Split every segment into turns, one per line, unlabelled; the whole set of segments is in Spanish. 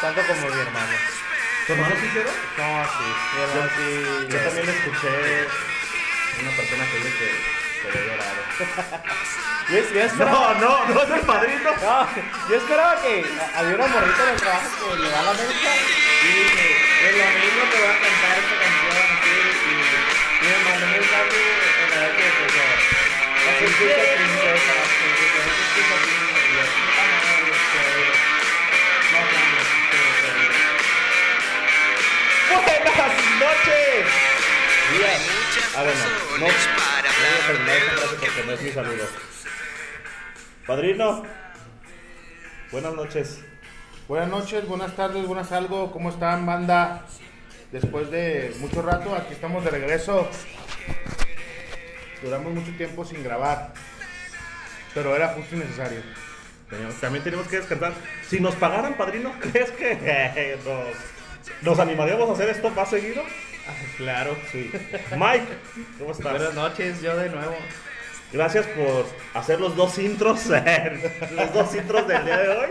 tanto como mi hermano.
¿Tu hermano sí lloró?
No, sí, mi hermano sí.
Yo también escuché una persona que dice que, que le lloraron.
Yo, yo esperaba,
No, no, no es el padrino.
no. yo esperaba que había una morrita en el trabajo que le da la médica.
Y dije, es lo mismo que va a cantar esta canción aquí. Y y me mandó un mensaje en la que empezó. Así que princesa, porque te ves que es así, me dio. Ah, no, no, no, no, no, no, no, no, no.
Buenas noches.
Mira.
Ah, bueno, no. No voy a terminar esta frase porque no es mi saludo. Padrino. Buenas noches.
Buenas noches, buenas tardes, buenas algo. ¿Cómo están, banda? Después de mucho rato, aquí estamos de regreso. Duramos mucho tiempo sin grabar, pero era justo y necesario.
Teníamos- También tenemos que descartar. Si nos pagaran, padrino, ¿crees que nos, nos animaríamos a hacer esto más seguido?
Claro.
Sí. Mike, ¿cómo
Buenas
estás?
noches, yo de nuevo.
Gracias por hacer los dos intros, eh, los dos intros del día de hoy,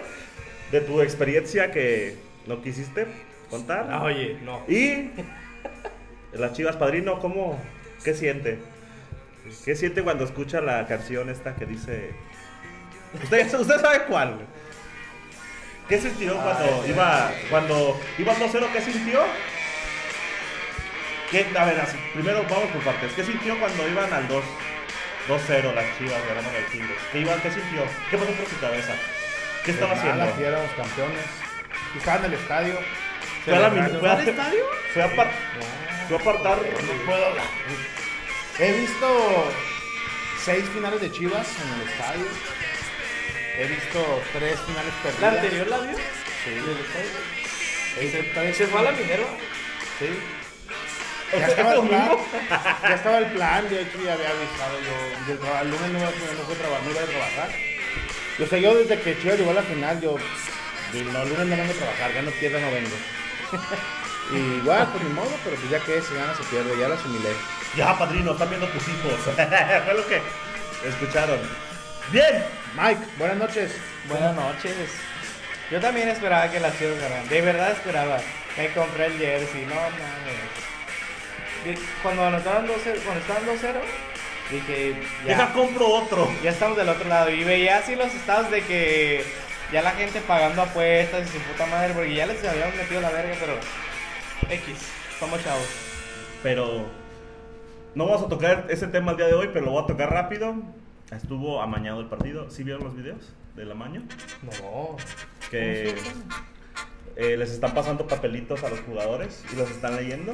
de tu experiencia que no quisiste contar.
Ah, oye, no.
Y las chivas, padrino, ¿cómo? ¿Qué siente? ¿Qué siente cuando escucha la canción esta que dice... Usted, usted sabe cuál. ¿Qué sintió cuando iba cuando iba 2-0? ¿Qué sintió? ¿Qué, a ver, así, primero vamos por partes. ¿Qué sintió cuando iban al 2? 2-0 las chivas ganando el Tigres. ¿Qué, iba- ¿Qué sintió? ¿Qué pasó por su cabeza? ¿Qué estaba
Pues nada,
haciendo?
si éramos campeones. Y Estaba en el estadio.
Fue a la
celebrando.
min- fue a- Fue a apar- fue a apartar.
He visto seis finales de Chivas en el estadio. He visto tres finales perdidas.
¿La anterior la vio?
He visto tres-
¿Se fue a la minera?
Sí.
¿Este-
Ya estaba,
este
el plan,
domingo?
ya estaba el plan, de hecho ya había avisado yo. yo tra- el lunes no, iba a- no fue trabajar, no iba a trabajar. Yo sé, yo desde que Chivas llegó a la final, yo. di, No, el lunes no vengo a trabajar, gano pierda, no vengo. y igual, pues ni modo, pero pues ya que se gana, se pierde, ya lo asimilé.
Ya, padrino, están viendo tus hijos. Fue lo que escucharon. Bien.
Mike, buenas noches.
Buenas noches. Yo también esperaba que las chivas ganaran. De verdad esperaba. Me compré el jersey. No mames. De- Cuando anotaron 2-0, cuando estaban 2-0, dije,
Deja,
ya,
compro otro.
ya estamos del otro lado. Y veía así los estados de que ya la gente pagando apuestas y su puta madre, porque ya les habían metido la verga, pero X, somos chavos.
Pero no vamos a tocar ese tema el día de hoy, pero lo voy a tocar rápido. Estuvo amañado el partido. ¿Sí vieron los videos del amaño?
No.
Que eh, les están pasando papelitos a los jugadores y los están leyendo.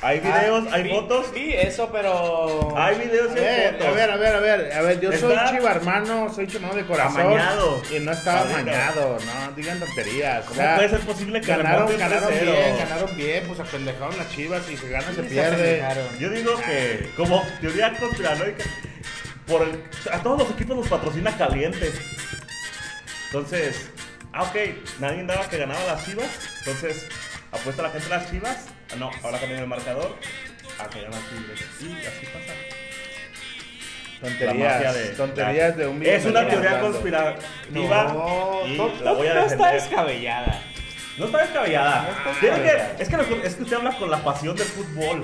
Hay videos,
Ah,
hay
vi-
fotos.
Sí, eso, pero...
Hay videos
A
y hay
ver,
fotos.
a ver, a ver, a ver, a ver, yo soy
Está
chiva hermano, soy chivano de corazón.
amañado.
Y no estaba
Ahorita.
amañado, no, digan tonterías. o
¿Cómo
sea,
puede ser posible que
Ganaron,
remonten
ganaron
3-0?
bien, ganaron bien, pues apendejaron las chivas y se gana, se
Sí,
pierde.
apendejaron.
Yo digo que, como teoría conspiranoica, por el- a todos los equipos los patrocina caliente. Entonces, ah, ok, nadie daba que ganaba las chivas. Entonces, apuesta la gente a las chivas. Ah, No, ahora cambian el marcador a que ganan Tigres. Y así pasa. La magia
Tonterías, tonterías
la-
de un
Es una
millonario
teoría
hablando.
conspirativa.
No,
y
no,
la voy a
no está
defender.
descabellada.
No está descabellada.
No está
Tiene
descabellada.
que, es, que nos- es que usted habla con la pasión del fútbol.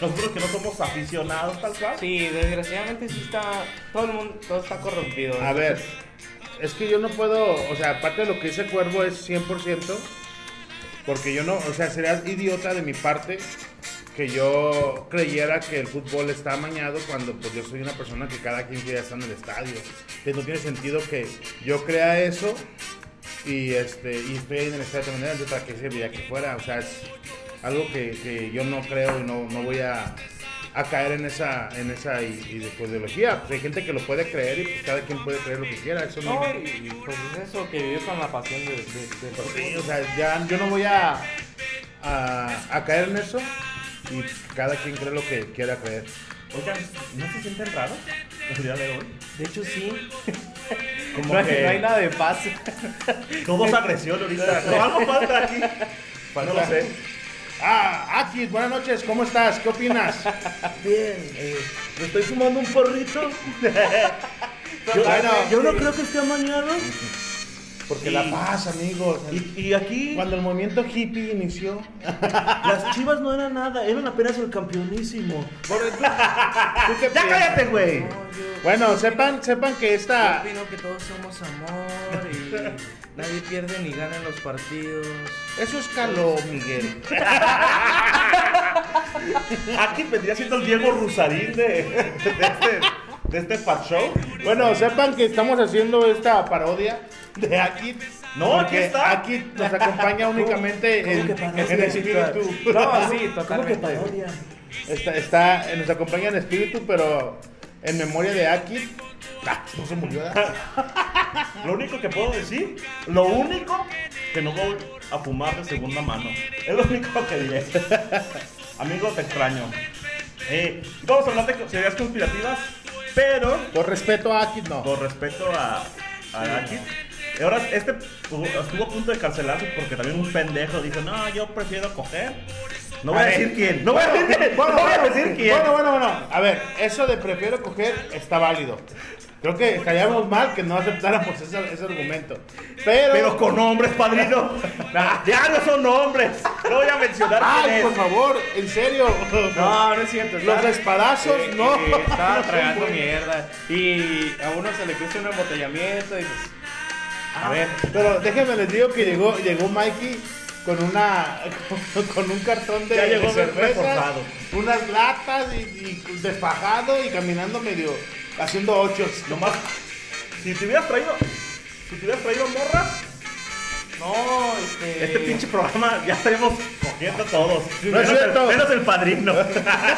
Nosotros que no somos aficionados tal cual.
Sí, desgraciadamente sí está. Todo el mundo todo está corrompido.
A ver, es que yo no puedo, o sea, aparte de lo que dice Cuervo es 100%, porque yo no, o sea, sería idiota de mi parte que yo creyera que el fútbol está amañado cuando pues yo soy una persona que cada 15 días está en el estadio. Que no tiene sentido que yo crea eso y este y estoy ahí en el estadio también antes para que serviría que fuera. O sea, es algo que, que yo no creo y no, no voy a, a caer en esa, en esa i- i- ideología. Pues hay gente que lo puede creer y pues cada quien puede creer lo que quiera. Eso no,
No, y, y, pues es eso que vive con la pasión de, de, del
pues sí,
fútbol.
o sea, ya yo no voy a, a, a caer en eso y cada quien cree lo que quiera creer.
Oigan, ¿no se sienten raros el día de hoy?
De hecho, sí.
Como
No hay,
que
no hay nada de paz.
todo es agresión ahorita. No, algo falta aquí.
Falta-
No lo sé.
Ah, Akis, buenas noches, ¿cómo estás? ¿Qué opinas?
Bien, eh, me estoy fumando un porrito. yo,
Bueno,
yo no creo que esté amañado.
Porque
Y-
la paz, amigos.
Y, y aquí
Cuando el movimiento hippie inició, tú
las chivas no eran nada, eran apenas el campeonísimo.
te
¡Ya
piensas.
cállate, güey!
Bueno, sepan, sepan que
Yo
esta.
opino que todos somos amor y nadie pierde ni gana en los partidos.
Eso es caló, Miguel.
Aquí vendría siendo el Diego Rusarín de, de este, de este fat show.
Bueno, sepan que estamos haciendo esta parodia de Akit.
No, aquí
porque
está.
Akit nos acompaña únicamente
cómo
en,
que parodia?
en espíritu.
No, sí,
¿Cómo que
totalmente.
parodia?
Está, está, eh, nos acompaña en espíritu, pero en memoria de Akit. Ah, no se murió. ¿verdad?
Lo único que puedo decir, lo único que no voy a fumar de segunda mano. Es lo único que diré. Amigo, te extraño. Eh, vamos a hablar de teorías conspirativas, pero
Por respeto a Akit, no.
con respecto a, a Aki, Ahora, este pu- estuvo a punto de cancelarse porque también un pendejo dijo, no, yo prefiero coger. No voy a,
A ver.
decir quién. No voy a decir quién. no voy a decir quién.
Bueno, bueno, bueno. A ver, eso de prefiero coger está válido. Creo que estaríamos mal que no aceptáramos ese, ese argumento. Pero.
Pero con nombres, padrino. Nah, ya no son nombres. No voy a mencionar quién
¡Ay,
es. Ah,
por favor! ¿En serio?
No, no es cierto.
Los espadazos,
Sí,
no.
sí, Estaba tragando mierda. Y a uno se le puso un embotellamiento y pues. A ver.
Pero déjenme les digo que llegó, llegó Mikey con una con un cartón de,
Ya llegó
de cerveza,
reforzado.
unas latas y, y desfajado y caminando medio haciendo ochos.
Nomás, si te hubieras traído, si te hubieras traído morras,
No, este.
este pinche programa ya estaríamos cogiendo todos.
No es
Menos el-
cierto.
Menos el padrino.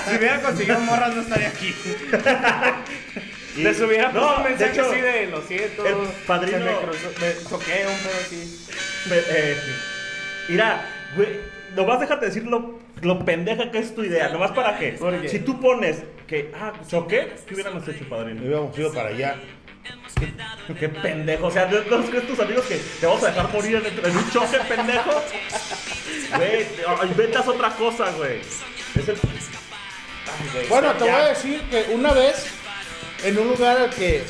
Si hubiera conseguido morras, no estaría aquí.
Y-
Les hubiera
No,
puesto un
de
mensaje
hecho,
así de lo siento.
el padrino-
se me cruzó- me toqué un pedo así.
Pe- eh, mira, güey, nomás déjate decir lo, lo pendeja que es tu idea, nomás para que.
¿Por qué?
Si tú pones que, ah, choqué, ¿qué hubiéramos hecho,
Y
padrino?
habíamos ido para allá.
Qué pendejo, o sea, ¿no no crees tus amigos que te vamos a dejar morir en, en un choque, pendejo? Güey, te- inventas otra cosa, güey. Es el- Ay, güey,
Bueno,
ya-
te voy a decir que una vez, en un lugar al que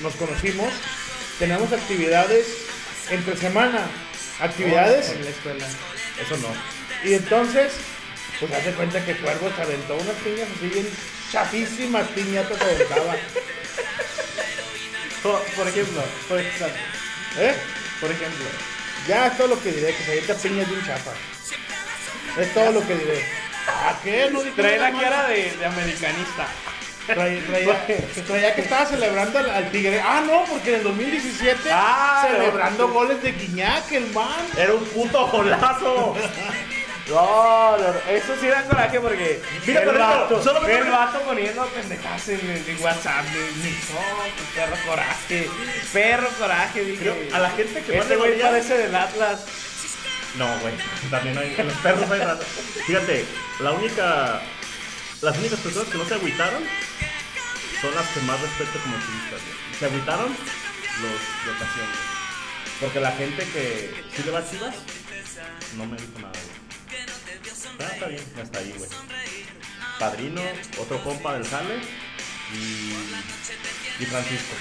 nos conocimos, teníamos actividades entre semana. Actividades.
En la escuela.
Eso no.
Y entonces, pues hace cuenta que Cuervo se aventó unas piñas así bien chafísimas piñatas se aventaba.
Por, por ejemplo, por ejemplo.
¿Eh?
Pues, Por ejemplo.
Ya es todo lo que diré, que se avienta piñas bien chafas. Es todo lo que diré. ¿A qué? No dije
Trae
nada
la
más.
cara de, de americanista.
Traía, traía- traía que estaba celebrando al, al Tigre. Ah, no, porque en el 2017
Ah,
celebrando goles de Guiñac, el man.
Era un puto golazo.
No, no, no, eso sí da coraje porque.
Mira,
el
Lorenzo,
vato,
solo me
el
corre-
vato poniendo pendejas en, el- en WhatsApp. Me, me- no, pues, perro coraje. Perro coraje, dije.
Creo- a la gente que más
Este
le
güey
valía-
parece del Atlas.
No, güey. También hay. en Los perros hay raza. Fíjate, la única. Las únicas personas que no se agüitaron son las que más respeto como chivistas, güey. Se agüitaron los de ocasión, güey. Porque la gente que sí le va a chivas no me dijo nada, güey. Ah, está bien, hasta ahí, güey. Padrino, otro compa del Sale y, y Francisco.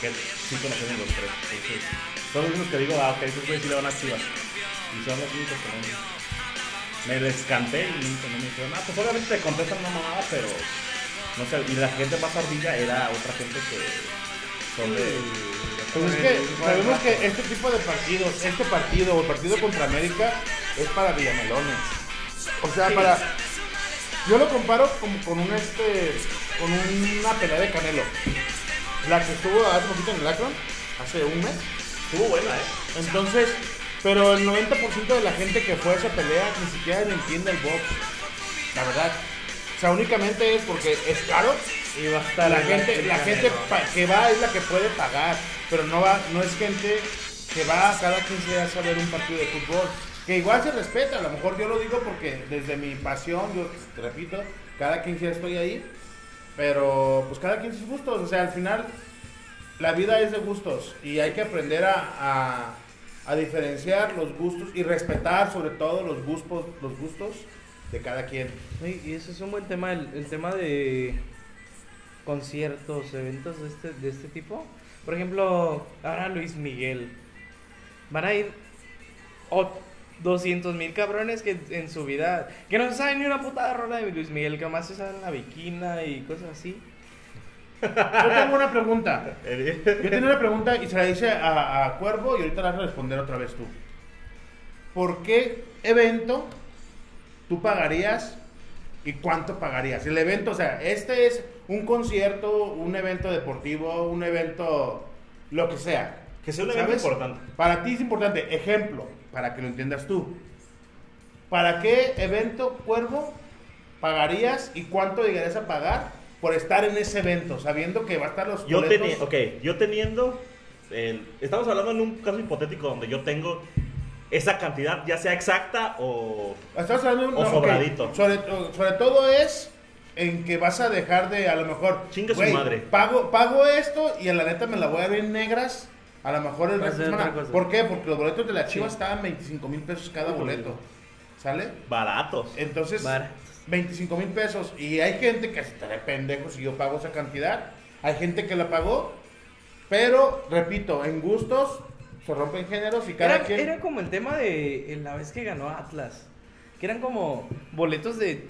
Que sí conocen los tres. Entonces, son los mismos que digo, ah, ok, esos güeyes sí le van a chivas. Y son los únicos que no. Me les canté y nunca no me dijeron, ah, pues obviamente te contestan una mamada, pero no sé, y la gente más ardilla era otra gente que son de.
Pues es que sabemos que este tipo de partidos, este partido o el partido contra América es para Villamelones. O sea, para. Yo lo comparo como con un este. con una pelea de canelo. La que estuvo hace poquito en el Akron, hace un mes.
Estuvo buena, eh.
Entonces, pero el 90% de la gente que fue a esa pelea ni siquiera le entiende el box. La verdad. O sea, únicamente es porque es caro
Y va a
sea,
estar
la
el
gente, la
Atlas
gente
ganero.
pa- que va es la que puede pagar, pero no va, no es gente que va cada 15 días a ver un partido de fútbol. Que igual se respeta, a lo mejor yo lo digo porque desde mi pasión, yo te repito, cada 15 días estoy ahí, pero pues cada 15 es gustos, o sea, al final la vida es de gustos y hay que aprender a, a- a diferenciar los gustos y respetar sobre todo los gustos, los gustos de cada quien.
Oye, Y eso es un buen tema, el, el tema de conciertos, eventos de este, de este tipo. Por ejemplo, ahora Luis Miguel. van a ir 200 mil cabrones que en su vida, que no se saben ni una puta rola de Luis Miguel, que más se saben la viquina y cosas así.
Yo tengo una pregunta.
El-
Yo tenía una pregunta y se la hice a, a Cuervo y ahorita la vas a responder otra vez tú. ¿Por qué evento tú pagarías y cuánto pagarías? El evento, o sea, este es un concierto, un evento deportivo, un evento, lo que sea.
Que sea un evento
¿Sabes?
importante.
Para ti es importante. Ejemplo, para que lo entiendas tú. ¿Para qué evento Cuervo pagarías y cuánto llegarías a pagar por estar en ese evento, sabiendo que va a estar los
Yo
boletos?
teni- ok, yo teniendo. el- estamos hablando en un caso hipotético donde yo tengo esa cantidad, ya sea exacta o.
Estás hablando de un
O
ok.
sobradito.
Sobre, to- sobre todo es en que vas a dejar de, a lo mejor.
Chinga su
güey,
madre.
Pago, pago esto y a la neta me la voy a ver en negras. A lo mejor el
Va a
resto de
ser otra
semana.
cosa.
¿Por qué? Porque los boletos de la chiva estaban 25 mil pesos cada boleto. ¿Sale?
Baratos.
Entonces,
Vara.
25 mil pesos. Y hay gente que se estará de pendejo si yo pago esa cantidad. Hay gente que la pagó. Pero, repito, en gustos se rompen géneros y cada
Era,
quien.
era como el tema de eh, la vez que ganó Atlas, que eran como boletos de,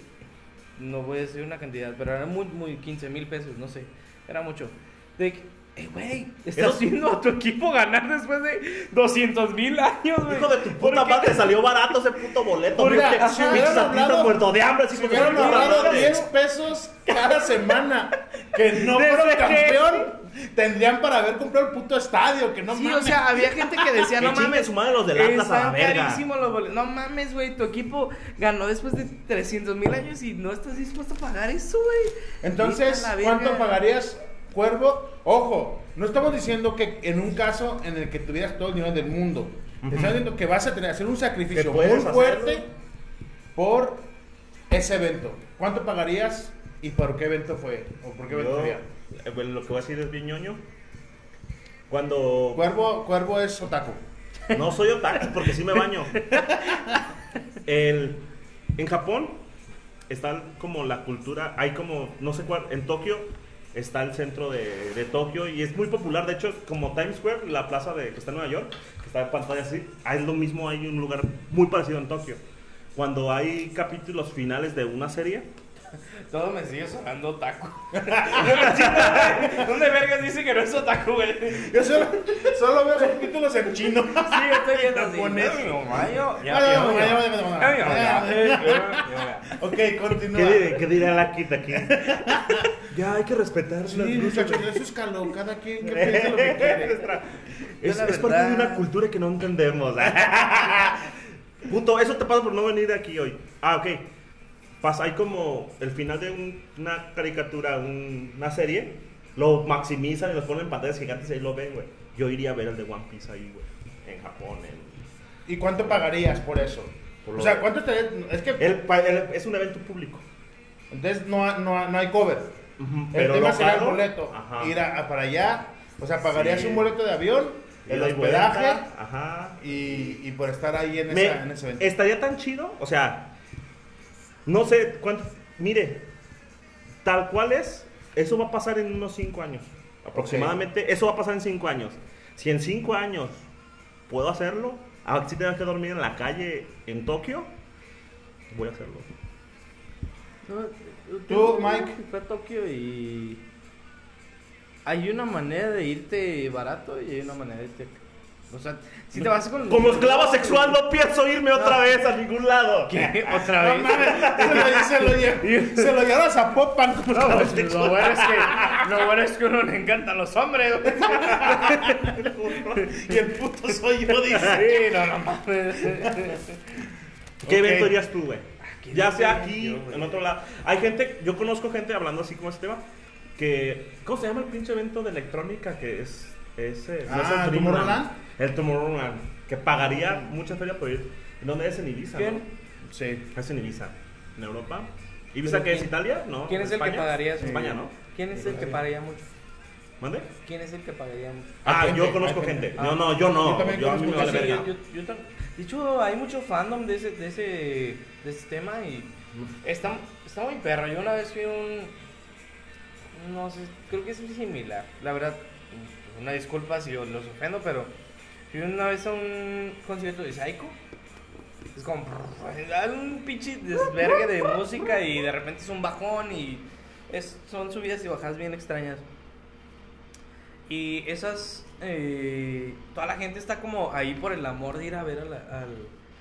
no voy a decir una cantidad, pero eran muy, muy 15 mil pesos, no sé, era mucho. De que, eh, güey, estás
Eso-
viendo a tu equipo ganar después de 200 mil años, güey.
Hijo de tu puta
¿Por qué?
madre, salió barato ese puto boleto.
Porque,
Mira,
ajá,
pinches
hubieran
artistas
hablado-
muertos de hambre,
Si
hijos de su
hubieran
puta
ahorrado
madre.
10 pesos cada semana que no
Desde
fueron
que-
campeón, tendrían para haber comprado el puto estadio, que no
Sí,
mames.
o sea, había gente que decía,
Que
no
chingue
mames,
su madre los del Atlas a la
están
verga".
carísimos los boletos. No mames, güey, tu equipo ganó después de 300 mil años y no estás dispuesto a pagar eso, güey.
Entonces,
Vete a la
¿cuánto
verga.
pagarías, Cuervo? Ojo, no estamos diciendo que en un caso en el que tuvieras todo el dinero del mundo.
Ujú.
Estamos diciendo que vas a tener que hacer un sacrificio
Que
muy
puedes
fuerte
hacerlo.
por ese evento. ¿Cuánto pagarías y por qué evento fue? ¿O por qué evento
Yo,
sería?
eh, bueno, lo que voy a decir es bien ñoño. Cuando
Cuervo, Cuervo es otaku.
No soy otaku porque sí me baño. El- en Japón está como la cultura, hay como, no sé cuál, en Tokio está el centro de, de Tokio y es muy popular, de hecho, como Times Square, la plaza de, que está en Nueva York, que está en pantalla así, ah, es lo mismo, hay un lugar muy parecido en Tokio. Cuando hay capítulos finales de una serie,
Todo me sigue sonando taco. ¿Dónde vergas dice que no es otaku, güey? Sí,
Yo solo, solo veo subtítulos en chino.
yo estoy viendo así.
Japonés.
No, mi mamá, yo- ya,
No, no, no,
ya, ya.
ya, ya, ya,
Ya,
ya,
ya,
ya.
ya.
Ok, continúa.
¿qué, diré- qué dirá la quita aquí? ya hay que respetar
Sí,
las luchas.
muchachos, eso es calor. Cada quien que piense lo que quiere.
Nuestra- es,
la
es parte de
verdad-
una cultura que no entendemos. Punto, eso te pasa por no venir aquí hoy. Ah, ok. Pasa, hay como el final de un- una caricatura, un- una serie, lo maximizan y lo ponen en pantallas gigantes y ahí lo ven, güey. Yo iría a ver el de One Piece ahí, güey. En Japón. en-
¿Y cuánto pagarías por eso?
Por
o
lo-
sea, ¿cuánto estarías? Es que
El pa- el- es un evento público.
entonces no, ha- no, ha- no hay cover.
Pero
el tema
lo
será el
caro,
boleto.
ajá.
Ir a, a para allá. O sea, pagarías
Sí.
un boleto de avión, el
Ida y
hospedaje
vuelta, Ajá.
y, y por estar ahí en,
Me-
esa, en ese evento.
estaría tan chido, o sea, no sé cuánto, mire, tal cual es, eso va a pasar en unos 5 años, aproximadamente, eso va a pasar en 5 años. Si en 5 años puedo hacerlo, ah, si tengo que dormir en la calle en Tokio, voy a hacerlo.
No,
Tú, Mike.
Fue a Tokio y. Hay una manera de irte barato y hay una manera de irte. O sea, si te vas con.
Como esclava sexual no pienso irme otra vez a ningún lado.
¿Qué? ¿Otra
No
vez?
mames, se lo, se lo lle- se lo llevas a Popan.
pues, Lo bueno, es que, lo bueno es que a uno le encantan los hombres, güey.
y el puto soy yo, dice.
Sí, no, no mames.
¿Qué
Ok. Ah,
evento irías tú, güey?
qué
Ya
evento
sea
iría
aquí,
yo, güey?
en otro lado. Hay gente, yo conozco gente hablando así como este tema, que... ¿Cómo se llama el pinche evento de electrónica que es... ese?
Ah, ¿el Tomorrowland?
El Tomorrowland. Que pagaría mucha feria por ir. ¿En ¿Dónde es? En Ibiza,
¿Quién?
Sí.
¿no? Es en Ibiza. ¿En Europa? ¿Ibiza
¿Pero
que es
quién?
Italia? No.
¿Quién es el que
¿España?
pagaría eso?
España, ¿no?
¿Quién es el que pagaría mucho?
¿Mande?
¿Quién es el que pagaría mucho?
Ah,
gente,
yo conozco
hay gente.
gente.
Ah.
No, no, yo no.
Yo también
a mí me vale
conozco
Sí,
verga.
yo- yo- yo tam- de hecho, hay mucho fandom de ese, de ese, de ese tema y está, está muy perro. Yo una vez fui a un. No sé, creo que es similar. La verdad, una disculpa si yo los ofendo, pero Fui una vez a un concierto de Psycho. Es como. da un pinche desvergue de música y de repente es un bajón y. es- son subidas y bajadas bien extrañas. Y esas. eh, toda la gente está como ahí por el amor de ir a ver a la-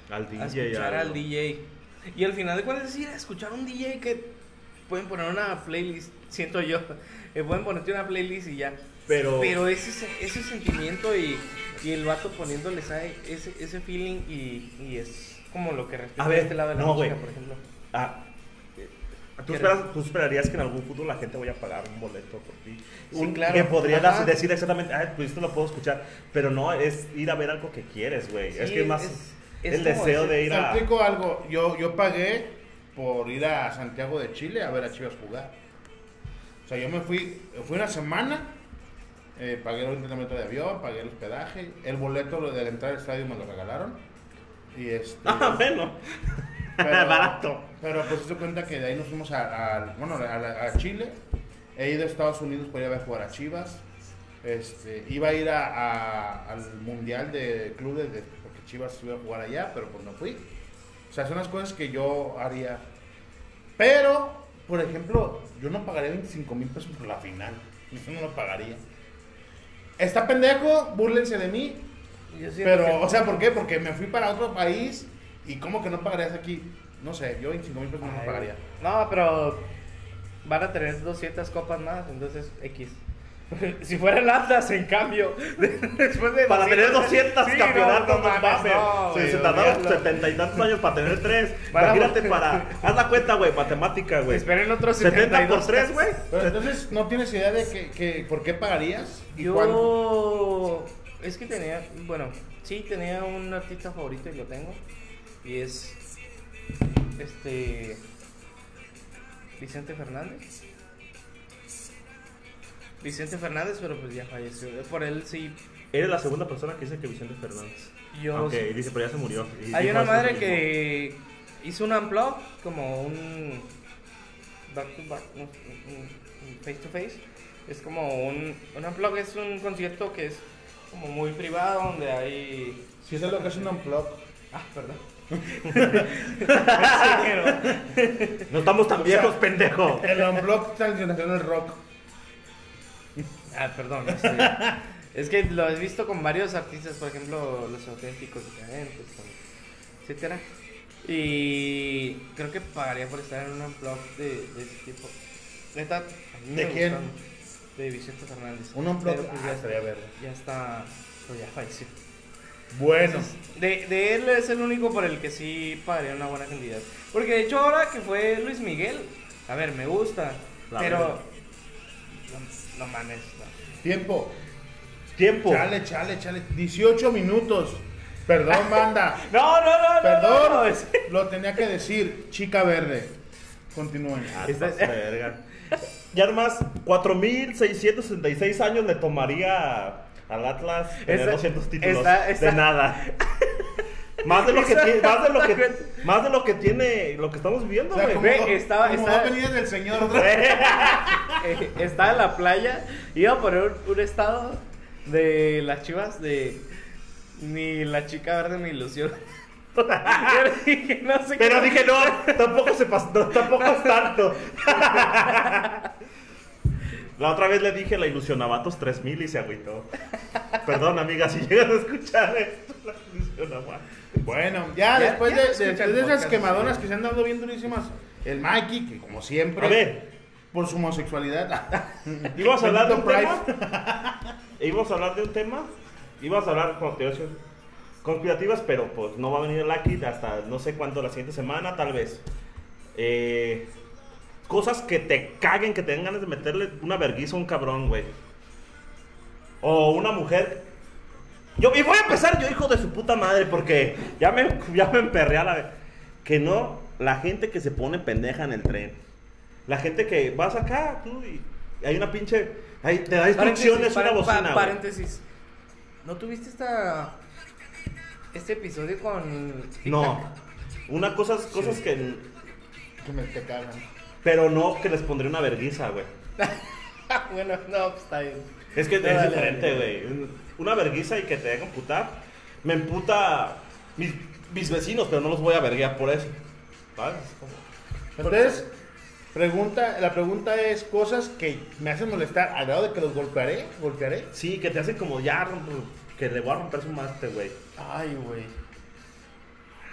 al
Al DJ.
a escuchar
algo.
al DJ. Y al final de cuentas es ir a escuchar un DJ que pueden poner una playlist, siento yo. eh, pueden ponerte una playlist y ya.
Pero-
Pero ese, se- ese sentimiento y, y el vato poniéndoles a ese, ese feeling y, y es como lo que respira
A ver,
este lado de la
no,
música,
güey.
por ejemplo.
Ah, eh, ¿tú,
¿Qué
esperas- tú esperarías que en algún futuro la gente vaya a pagar un boleto por ti.
Sí,
Un-
claro.
Que podrían
Ajá.
hacer- decir exactamente, ah, pues esto lo puedo escuchar. Pero no, es ir a ver algo que quieres, güey. es
Sí,
que es más
es- es
el
como
deseo
ese-
de ir
Te
a.
explico algo. Yo, yo pagué por ir a Santiago de Chile a ver a Chivas jugar. O sea, yo me fui, fui una semana, eh, pagué el entrenamiento de avión, pagué el hospedaje, el boleto lo de la entrada al estadio me lo regalaron. Y este.
Ah, bueno. Barato.
Pero pues se cuenta que de ahí nos fuimos a, a- bueno, a, la- a Chile. He ido a Estados Unidos para ir a ver jugar a Chivas. Este, iba a ir a- a- al Mundial de Clubes de- porque Chivas iba a jugar allá, pero pues no fui. O sea, son las cosas que yo haría. Pero, por ejemplo, yo no pagaría 25 mil pesos por la final. Eso no lo pagaría. Está pendejo, búrlense de mí,
Yo siento
pero,
que-
o sea, ¿por qué? Porque me fui para otro país y ¿cómo que no pagarías aquí? No sé, yo 25 mil pesos no
Ay,
los pagaría.
No, pero van a tener 200 copas más, entonces X. si fuera el Atlas, en cambio, después de
Para tener 200
Sí, no,
campeonatos,
no
no
mames,
mames.
no,
Sí,
güey,
se tardaron
olvídalo.
setenta y tantos años para tener tres.
Para-
Imagínate para. Haz la cuenta, güey, matemática, güey.
esperen otros
70 por
72
3, güey.
Pero entonces, ¿no tienes idea de que, que- por qué pagarías? ¿Y cuánto?
Yo es que tenía, bueno, sí tenía un artista favorito y lo tengo y es este Vicente Fernández. Vicente Fernández, pero pues ya falleció. Por él sí
Eres la segunda persona que dice que Vicente Fernández.
yo
ok,
sí-
dice, pero ya se murió. Y
Hay
dijo
una
eso
madre
mismo.
que hizo un unplug, eh, como un back to back, no, un- un face to face. Es como un, un unplug, es un concierto que es como muy privado, donde hay...
Si eso es lo que es un unplug.
Ah, perdón.
No estamos tan viejos, pendejo.
El unplug transnacional del rock.
Ah, perdón. este, es que lo he visto con varios artistas, por ejemplo, los auténticos decadentes, con- etcétera. Y creo que pagaría por estar en un unplug de, de ese tipo. Neta, a mí
¿De
me
quién?
gustaron. De Vicente Fernández.
Un unplug.
Pero, pues,
ah,
ya,
estaría verga.
ya está, pues ya falleció.
Bueno.
De, de él es el único por el que sí pagaría una buena cantidad. Porque de hecho ahora que fue Luis Miguel, a ver, me gusta,
La
pero
verdad.
no, no mames, no.
Tiempo.
Tiempo.
Chale, chale, chale. 18 minutos. Perdón, banda.
No, no, no, no,
Perdón.
no, no, es-
Lo tenía que decir. Chica verde. Continúen.
Ah, te pasas de verga. Ya nomás 4.666 años le tomaría al Atlas tener
Esa-
200 títulos
esa- esa-
de nada. más de lo que
Esa-
tiene, más de lo que más de lo que tiene lo que estamos viviendo,
O sea,
güey.
como,
Ve,
dos-
estaba-
como
estaba-
dos venidas del señor. otra-
eh, estaba en la playa, iba a poner un, un estado de las chivas de ni la chica verde me ilusión. Yo dije, no sé
Pero
qué-
dije, no, tampoco se pasó, no, tampoco es tanto. La otra vez le dije la ilusionavatos 3000 y se agüitó. Perdón, amiga, si llegas a escuchar esto, la ilusionavatos.
Bueno, ya,
Ya-
después
ya
de,
no escuchan
después de esas
podcast,
quemadonas
sí.
que se han dado bien durísimas, el Mikey, que como siempre,
A ver.
por su homosexualidad,
Ibas a hablar de un
Benito
tema. Ibas a hablar de un tema. Ibas a hablar con teorías conspirativas, pero pues no va a venir el Aki hasta no sé cuánto la siguiente semana, tal vez. Eh, cosas que te caguen, que te den ganas de meterle una verguiza a un cabrón, güey. O una mujer. Yo, y voy a empezar yo, hijo de su puta madre, porque ya me, ya me emperré a la vez. Que no, la gente que se pone pendeja en el tren. La gente que vas acá, tú, y hay una pinche. ahí te da instrucciones una
paren- pa-
bocina. güey.
paréntesis. ¿No tuviste esta este episodio con
No. Una cosa, cosas que.
que me te cagan.
Pero no que les pondré una verguiza, güey.
bueno, no, pues está bien.
Es que es
No, dale,
diferente,
dale.
güey. Un- Una verguiza y que te dejen putar. Me emputa mis, mis vecinos, pero no los voy a verguear por eso. ¿Sabes? Es como-
Entonces, pregunta, la pregunta es cosas que me hacen molestar al grado de que los golpearé, golpearé.
Sí, que te hacen como ya rompo- que le voy a romper su mate, güey.
Ay, güey.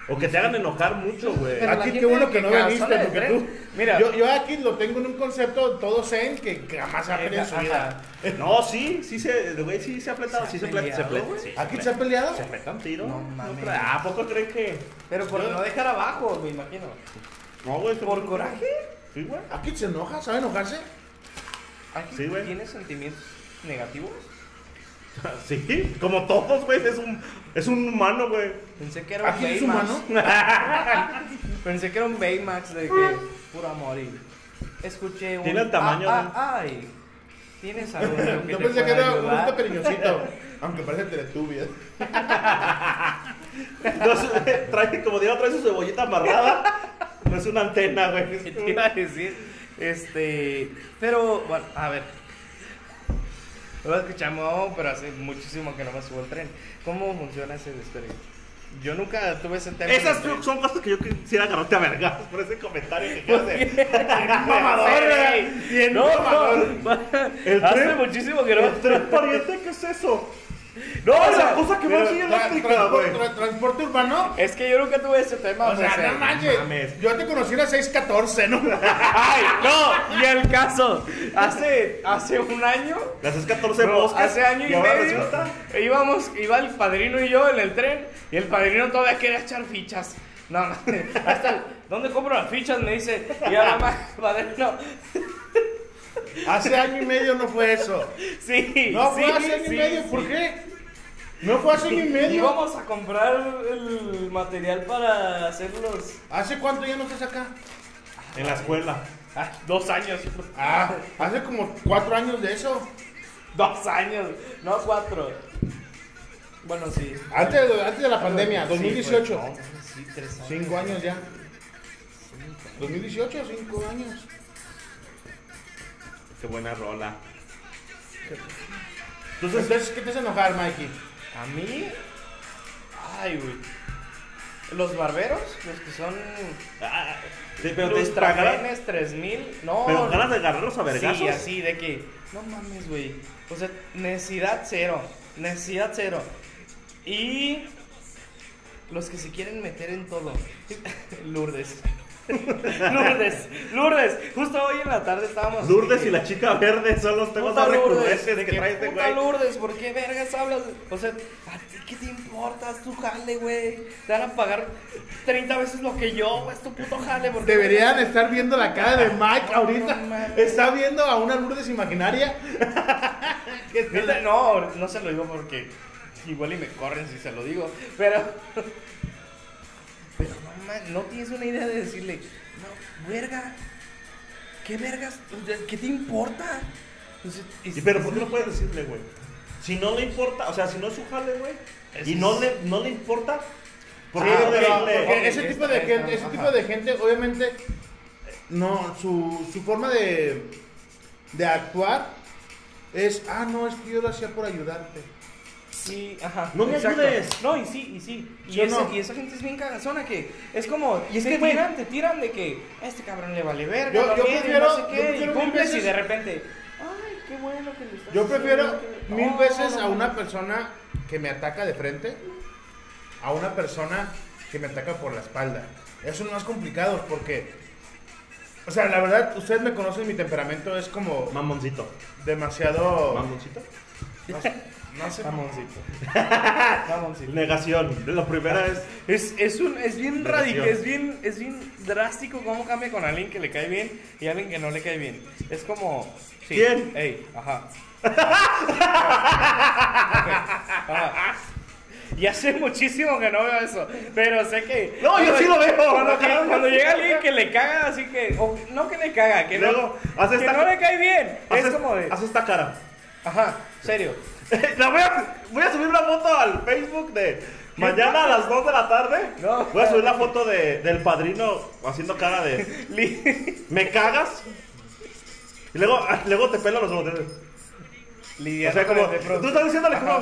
O que te hagan enojar mucho, güey.
Pero la
Aquí
gente
qué bueno que
que
no
calzó
viniste
de
porque
tres.
tú.
Mira.
yo, yo aquí lo tengo en un concepto todo zen que jamás ha peleado en su
Ajá.
vida.
Ah, No, sí, sí se, el güey, sí se ha apretado,
¿Se
sí
ha
se apleta, se
peleado,
apleta,
güey?
sí,
¿Aquí se
se
ha peleado?
apleta. Se apleta un tiro.
No
No
mames.
mames. ¿A poco creen que?
Pero por
Yo-
no dejar abajo, me imagino.
No, güey.
¿Por
seguro-
coraje?
Sí, güey.
¿Aquí se enoja? ¿Sabe enojarse?
¿Aquí
Sí, güey.
tienes sentimientos negativos?
Sí, como todos, güey, es un, es un humano, güey.
Pensé que era un
¿Aquí es
Baymax.
humano?
Pensé que era un Baymax de que puro amor y escuché un
Tiene el tamaño,
ah, ah, ay. Tienes algo en lo que
Yo
te
pensé que
pueda
era un
ayudar?
poquito cariñosito. Aunque parece teletubia.
Entonces, trae, como digo, trae su cebollita amarrada. No es una antena, güey.
¿Qué te iba a decir? Este, pero bueno, a ver. No lo escuchamos, pero hace muchísimo que no me subo el tren. ¿Cómo funciona ese despegue? Yo nunca tuve ese tema.
Esas
de-
son cosas que yo quisiera agarrarte a vergas por ese comentario que quieres hacer.
Mamador,
güey.
güey.
Bien
No,
mamador.
no.
El
Hace
tren-
muchísimo que no me
El tren pariente, ¿qué es eso? No,
O
es
sea,
la cosa que
Pero,
más sigue en
tra-
África,
transporte,
güey.
tra- transporte urbano.
Es que yo nunca tuve ese tema.
O sea, no manches.
mames.
Yo te conocí en la 614, ¿no?
¡Ay! ¡No! Y el caso. Hace, hace un año.
Las es 14
no,
moscas.
hace año y,
ahora
medio.
resulta-
Íbamos, iba el padrino y yo en el tren. Y el padrino todavía quería echar fichas. No, no. Hasta el, ¿dónde compro las fichas? Me dice. Y ahora más, padrino.
Hace año y medio no fue eso.
Sí.
No
sí,
fue hace año
sí,
y medio,
sí.
¿por qué? No fue hace año y medio.
Íbamos a comprar el material para hacer los.
¿Hace cuánto ya no estás acá?
En la escuela.
Ah, dos años.
Ah, hace como cuatro años de eso.
Dos años, no cuatro. Bueno, sí.
Antes de, antes de la pandemia,
Sí,
2018.
pues, no, sí, tres años.
Cinco años ya. 2018, cinco años.
Qué buena rola. Entonces,
Entonces, ¿qué te hace enojar, Mikey?
¿A mí? Ay, güey. Los barberos, los que son.
ah, sí, pero te
los
pagaran-
traganes 3000. No,
pero ganas de agarrarlos a vergazos.
Sí, así, de que. No mames, güey. O sea, necesidad cero. Necesidad cero. Y. Los que se quieren meter en todo. Lourdes. Lourdes, Lourdes. Justo hoy en la tarde estábamos.
Lourdes y la chica verde son los temas más
Puta Lourdes,
recurrentes que
que
trae este
puta
güey.
Lourdes, ¿por qué vergas hablas? O sea, ¿a ti qué te importa? Es tu jale, güey. Te van a pagar 30 veces lo que yo, güey. Es tu puto jale. ¿por qué
Deberían estar viendo la cara de Mike
No, no
ahorita.
mames.
Está viendo a una Lourdes imaginaria. Que está
Neta,
la-
No, no se lo digo porque igual y me corren si se lo digo, pero... Pero no, man, no tienes una idea de decirle, no, verga, ¿qué vergas? O sea, ¿Qué te importa? O sea, es-
Y pero ¿por qué no puedes decirle, güey? Si no le importa, o sea, si no es su jale, güey, y no le, no le importa, ¿por qué
Sí,
no
pero-
decirle?
porque
Ah, ok,
Ah, ese
ya
tipo
está,
de
ya está,
gente, ese
ajá.
tipo de gente, obviamente, no, su, su forma de, de actuar es, ah, no, es que yo lo hacía por ayudarte.
Sí, ajá.
No me
exacto.
ayudes.
No, y sí, y sí. Y,
Yo
esa,
no.
y esa gente es bien cagazona que es como,
Y es
te
que, güey,
tiran, te tiran de que a este cabrón le vale verga,
Yo-
lo
yo
mide,
prefiero-
no sé
yo
qué,
prefiero
y
mil
cumples y
veces-
de repente, ay, qué bueno que le estás
Yo prefiero
haciendo, que-
mil
No,
veces
no,
a
no.
una persona que me ataca de frente, a una persona que me ataca por la espalda. Eso es más complicado porque, o sea, la verdad, ustedes me conocen, mi temperamento es como
"Oh, Mamoncito.
demasiado,
Mamoncito.
no sé, no sé,
Mamoncito. Mamoncito.
Negación. La primera es.
Es, es, un, es bien
Relación.
radical, es bien, es bien drástico cómo cambia con alguien que le cae bien y alguien que no le cae bien. Es como. Sí,
¿Quién?
Ey, ajá. Ajá. Y hace muchísimo que no veo eso, pero sé que.
No, yo sí lo veo.
Cuando, que- cuando llega alguien que le caga, así que. o no que le caga, que,
Luego,
no,
hace
que
esta-
no le cae bien.
Haz
es como de.
haz esta cara.
Ajá, serio.
La voy a, voy a subir la foto al Facebook de mañana a las 2 de la tarde.
No.
Voy a subir la foto de, del padrino haciendo cara de
Li-
¿me cagas? Y luego, ah, luego te pelan los ojos. O
Lidiando
sea, como.
con el de pronto.
Tú estás diciéndole como.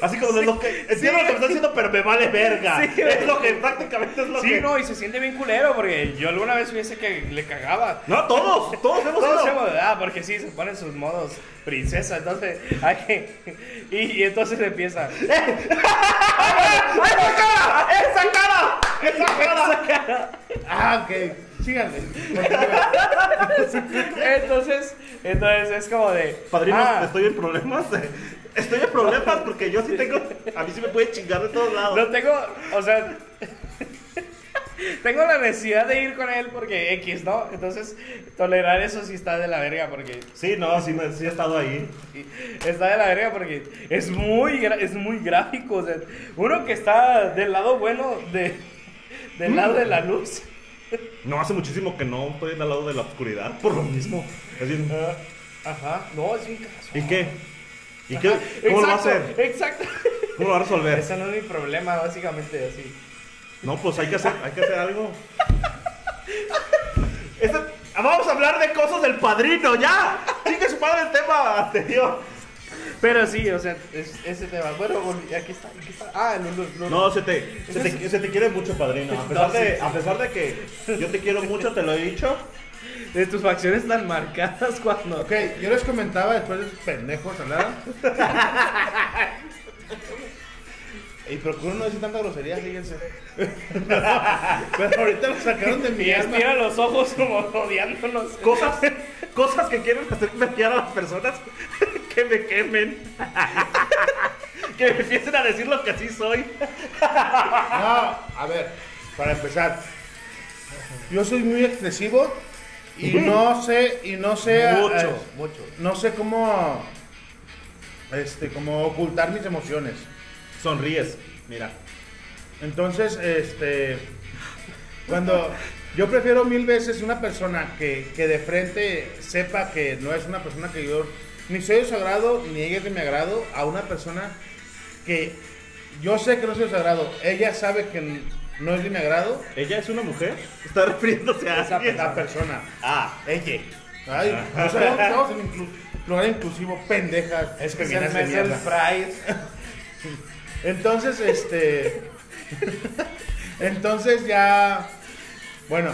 Así como de lo que. Entiendo lo que me estás diciendo, pero me vale verga.
Sí,
es
güey.
lo que prácticamente es lo
Sí,
que.
no, y se siente bien culero porque yo alguna vez hubiese que le cagaba.
No, todos, todos hemos
Todos
sido.
somos de edad, porque sí, se ponen sus modos princesa, entonces hay que... Y, y entonces empieza...
¡Esa cara! ¡Esa cara! ¡Esa cara!
Ah, ok. Síganle.
Entonces, entonces es como de...
Padrino,
ah,
estoy en problemas. eh, Estoy en problemas porque yo sí tengo. A mí sí me puede chingar de todos lados.
No tengo, o sea, tengo la necesidad de ir con él porque X, ¿no? Entonces, tolerar eso sí está de la verga porque
Sí, no, sí, me- sí he estado ahí.
está de la verga porque es muy gra- es muy gráfico, o sea, uno que está del lado bueno de del lado de la luz.
No, hace muchísimo que no estoy al lado de la oscuridad. Por lo mismo. Es bien,
Ah. Ajá, no, es un caso.
Ah. ¿Y qué? ¿Y qué? ¿Cómo
exacto,
lo va a hacer?
Exacto.
¿Cómo lo va a resolver?
Ese no es mi problema, básicamente, así.
No, pues hay que hacer, hay que hacer algo. Esta- vamos a hablar de cosas del padrino, ya. Sigue su padre el tema anterior.
Pero sí, o sea, es- ese tema. Bueno, volví- aquí está, aquí está. Ah, el Lulu, Lulu.
No, se te, se te, se te quiere mucho, padrino. A pesar, de, a pesar de que yo te quiero mucho, te lo he dicho.
De tus facciones tan marcadas cuando.
Ok, yo les comentaba después de esos pendejos hablaron. Y procuren no decir tanta grosería, fíjense. Pero ahorita lo sacaron de mi
Y
alma.
estira los ojos como odiándonos.
Cosas, cosas que quieren hacer bloquear a las personas que me quemen. Que me empiecen a decir lo que así soy.
No, a ver, para empezar. Yo soy muy excesivo y no sé, y no sé.
Mucho,
eh, No sé cómo. Este, cómo ocultar mis emociones.
Sonríes, mira.
Entonces, este. Cuando. Yo prefiero mil veces una persona que, que de frente sepa que no es una persona que yo ni soy de su agrado, ni ella es de mi agrado, a una persona que yo sé que no soy de su agrado, ella sabe que n- no es de mi agrado,
¿Ella es una mujer? Está refiriéndose a
Esa
alguien.
la persona.
Ah, ella.
Ay,
Ah.
no sé, estamos en inclu- lugar inclusivo, pendejas.
Es que se
feministas
me
de
hace el
mierda.
price.
Entonces, este. entonces ya. Bueno.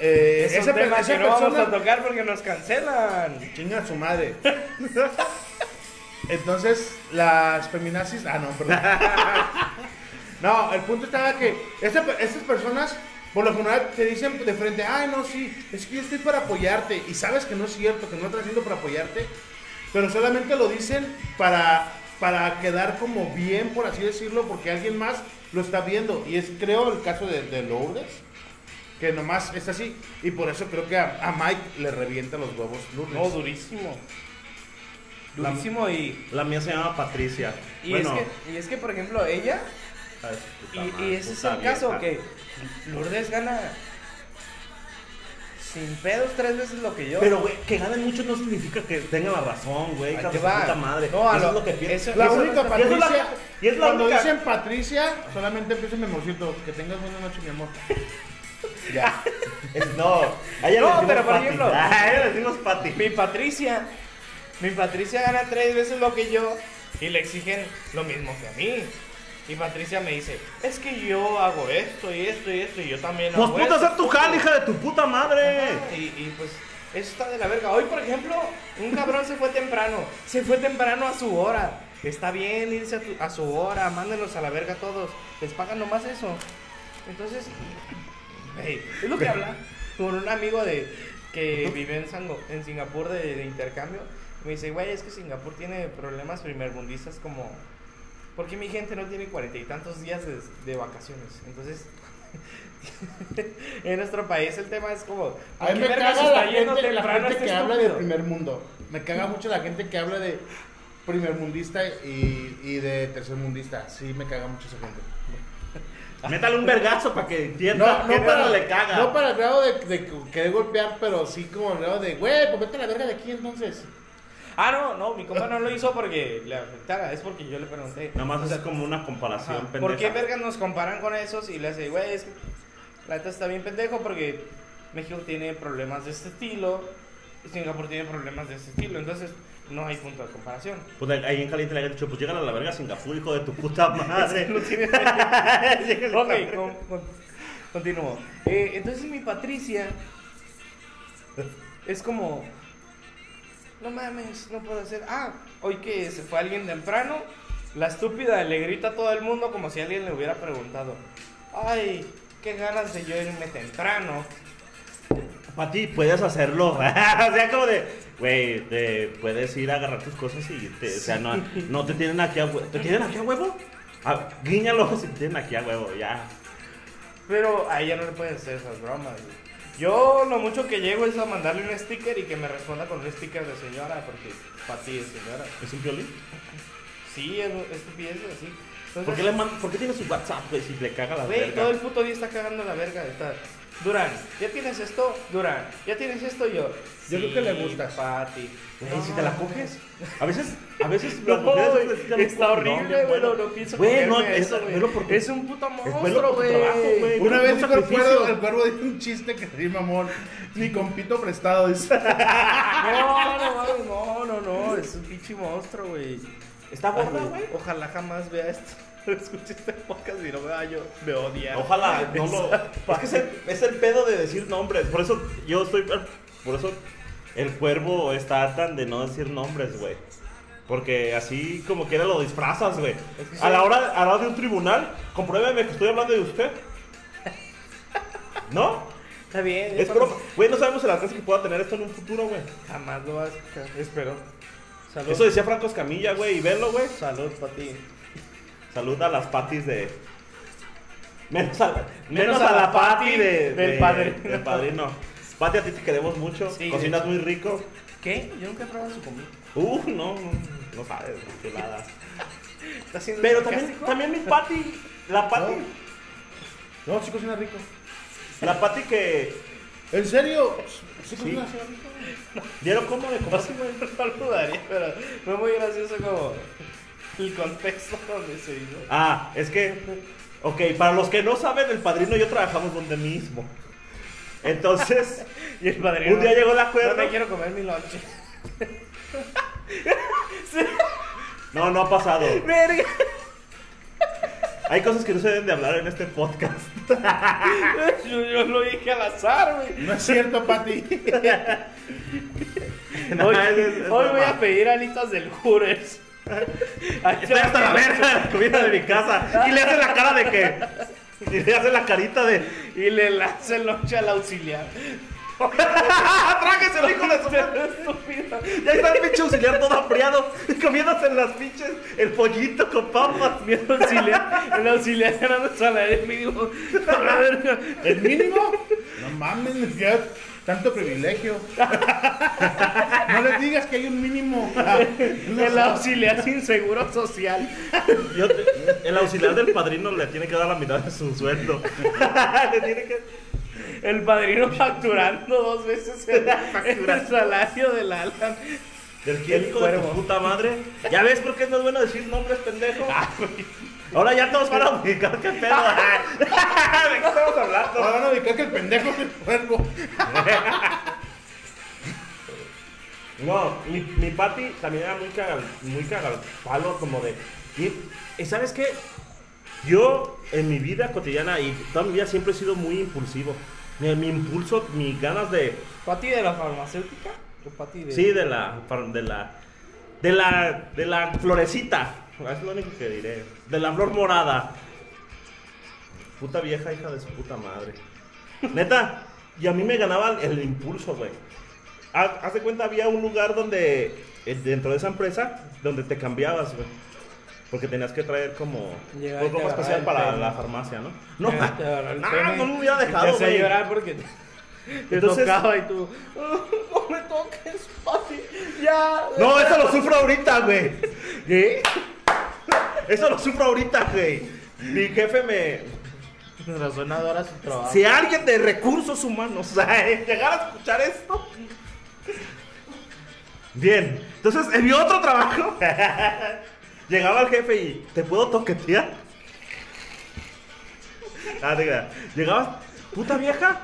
eh,
Es
esa
un
pe-
tema
esa
que no vamos
persona-
a tocar porque nos cancelan.
Chinga a su madre. Entonces, las feminazis. Ah, no, perdón. No, el punto estaba que esta pe- estas personas, por lo general, te dicen de frente: Ay, no, sí, es que yo estoy para apoyarte. Y sabes que no es cierto, que no están haciendo para apoyarte. Pero solamente lo dicen para, para quedar como bien, por así decirlo, porque alguien más lo está viendo. Y es, creo, el caso de, de Lourdes. Que nomás es así. Y por eso creo que a, a Mike le revienta los huevos Lourdes.
No, durísimo. Durísimo y.
La mía se llama Patricia.
Y,
bueno,
es que, y es que, por ejemplo, ella,
ay,
y,
puta madre,
y ese es
puta
el caso,
vieja.
que Lourdes gana sin pedos tres veces lo que yo.
Pero, güey, que ganen mucho no significa que tenga la razón, güey.
Ahí
hija
te
de su
va.
puta madre.
No, a
eso
lo-
es lo que pienso.
eso-
La
eso-
única
y es la-
Patricia.
y es la
cuando
única-
dicen Patricia, solamente empieza mi amorcito. Que tengas buena noche, mi amor. Ya.
es- No, a ella
No,
le decimos
pero, por
Pati.
ejemplo-
A ella le decimos Pati.
Mi Patricia, mi Patricia gana tres veces lo que yo y le exigen lo mismo que a mí. Y Patricia me dice, es que yo hago esto y esto y esto y yo también
Pues
hago
puta,
esto".
hacer tu jal, hija de tu puta madre.
Ajá, Y, y, pues eso está de la verga. Hoy, por ejemplo, un cabrón se fue temprano. Se fue temprano a su hora. Está bien irse a, tu- a su hora. Mándenlos a la verga a todos. Les pagan nomás eso. Entonces, ey, es lo que habla con un amigo de que vive en, Sango- en Singapur de, de intercambio. Me dice, güey, es que Singapur tiene problemas primermundistas como... ¿Por qué mi gente no tiene cuarenta y tantos días de, de vacaciones? Entonces, en nuestro país el tema es como...
A mí
¿qué
me
vergas
caga la
está yendo
gente, la
temprano
gente
este
que habla de
estúpido?
primer mundo. Me caga mucho la gente que habla de primer mundista y, y de tercer mundista. Sí, me caga mucho esa gente.
Métale un vergazo para que entienda.
No,
que
no, para,
le caga.
no para el grado de, de querer golpear, pero sí como el grado de, güey, pues vete a la verga de aquí entonces.
Ah, no, no, mi compa no lo hizo porque le afectara. Es porque yo le pregunté.
Nada más
O sea,
es como una
Ajá,
comparación pendeja.
¿Por qué vergas nos comparan con esos y le hace, güey, es que la neta está bien pendejo porque México tiene problemas de este estilo Singapur tiene problemas de ese estilo, entonces no hay punto de comparación.
Pues ahí en caliente le habían dicho, pues llegan a la verga a Singapur, hijo de tu puta madre.
Ok, con- con- continúo. Eh, entonces mi Patricia es como, no mames, no puedo hacer. Ah, hoy que se fue alguien temprano, la estúpida le grita a todo el mundo como si alguien le hubiera preguntado, ay, qué ganas de yo irme temprano.
Pati, puedes hacerlo. o sea, como de, güey, de- puedes ir a agarrar tus cosas y te, o sea, no, no te tienen aquí a huevo. ¿Te tienen aquí a huevo? Ah, guíñalo si te tienen aquí a huevo, ya.
Pero a ella no le pueden hacer esas bromas. güey. Yo lo mucho que llego es a mandarle un sticker y que me responda con un sticker de señora, porque para ti es señora.
¿Es un piolín?
Sí, es estupidez así. Entonces,
¿Por qué, le man- por qué tiene su WhatsApp, güey, si le caga la
Güey,
verga?
todo el puto día está cagando la verga. Está... Durán, ¿ya tienes esto? Durán, ¿ya tienes esto? Yo.
Yo creo que le gustas.
Pati.
Güey, si te la coges. pues, A veces, a veces
No,
las mujeres
güey,
sí te la
está
cogen,
horrible,
bien
güey,
bueno.
no, no pienso
Güey, no,
comerme
es,
eso, güey.
velo porque-
Es un puto
bueno
monstruo,
por tu
güey.
trabajo, güey.
Una
Un
vez me
sacrificio.
acuerdo, el cuervo dijo un chiste que sí, mamón. Mi compito prestado, dice.
No, no, mames, no, no, no, es un pinche monstruo, güey.
Está gorda, güey.
Ojalá jamás vea esto. Escuché este podcast y no vea yo. Me odia.
Ojalá, no lo. Es que es el, es el pedo de decir nombres. Por eso yo estoy. Por eso el cuervo está tan de no decir nombres, güey. Porque así como quiera lo disfrazas, güey.
que
A
sí.
la hora a la hora de un tribunal, compruébeme que estoy hablando de usted. ¿No?
Está bien.
Es broma. Güey, no sabemos el alcance que pueda tener esto en un futuro, güey.
Jamás lo vas a escuchar. Espero. Salud.
Eso decía Franco Escamilla, güey, y velo, güey.
Salud, Pati.
Saluda a las patis de. Menos a, menos
Menos
a
a
la
la
pati
pati
de-
del
de-
padrino.
Del padrino. Pati, a ti te queremos mucho.
Sí,
Cocinas muy rico.
¿Qué? Yo nunca he probado su comida.
Uh, no, no, no sabes, qué nada.
¿Está siendo
Pero también,
sarcástico?
también mi pati. La pati.
No, sí cocina rico.
La pati que.
¿En serio? Sí cocina
Sí. ¿Vieron cómo de cómo así, güey?
No lo daría, pero fue muy gracioso como el contexto donde se hizo.
Ah, es que. Ok, para los que no saben, el padrino y yo trabajamos donde mismo. Entonces,
Y el padrino.
Un día llegó el acuerdo.
No me quiero comer mi lonche.
no, no ha pasado.
Verga.
Hay cosas que no se deben de hablar en este podcast.
Yo, yo lo dije al azar, güey.
No es cierto, Pati.
No,
hoy
es- es
hoy voy
broma.
a pedir alitas del Hooters.
Estoy hasta la verga de la comida de mi casa. Y le hace la cara de que. Y le hace la carita de.
Y le lanza el lonche al auxiliar.
¡Tráguese el hijo de su madre!
Estúpido.
Y ahí está el pinche auxiliar todo apriado. Comiéndose las pinches. El pollito con papas.
Mi auxiliar, el auxiliar ganando salario mínimo. A la verga.
¿El mínimo? No mames, ni siquiera tanto privilegio. No les digas que hay un mínimo.
El auxiliar sin seguro social.
Yo te- el auxiliar del padrino le tiene que dar la mitad de su sueldo. le tiene que.
El padrino facturando dos veces el, el salario del Alan.
Del quién,
El
hijo de tu
cuervo.
puta madre. Ya ves por qué no es bueno decir nombres, pendejo. Ahora ya todos van a ubicar qué pedo. ¿De qué estamos hablando?
Ahora van a ubicar que el pendejo es el cuervo.
No, mi, mi papi también era muy cagal, muy cagalpalo, como de. Y, y sabes qué? Yo en mi vida cotidiana y toda mi vida siempre he sido muy impulsivo. Mi, mi impulso, mis ganas de.
¿Pati de la farmacéutica? ¿O Pati de.?
Sí, de la. far- de la. de la. de la florecita. Es lo único que diré. De la flor morada. Puta vieja, hija de su puta madre. Neta, y a mí me ganaba el impulso, güey. Ha- Haz de cuenta, había un lugar donde, eh, dentro de esa empresa, donde te cambiabas, güey. Porque tenías que traer como
Llegar y
algo
te
especial
agarrar el
para
pene.
la farmacia, ¿no? No,
Te agarró Este, el
nah,
pene
no me hubiera
y
dejado,
Te hacía
güey.
llorar porque te, te
Entonces-
tocaba y tú. "Oh, No me toques, Pati. Ya.
No, eso lo sufro ahorita, güey. ¿Qué? Eso lo sufro ahorita, güey. Mi jefe me,
Razonadora su trabajo.
si alguien de recursos humanos eh, llegara a escuchar esto. Bien, entonces en mi otro trabajo llegaba el jefe y te puedo toquetear. Ah, te creas. Llegabas, puta vieja.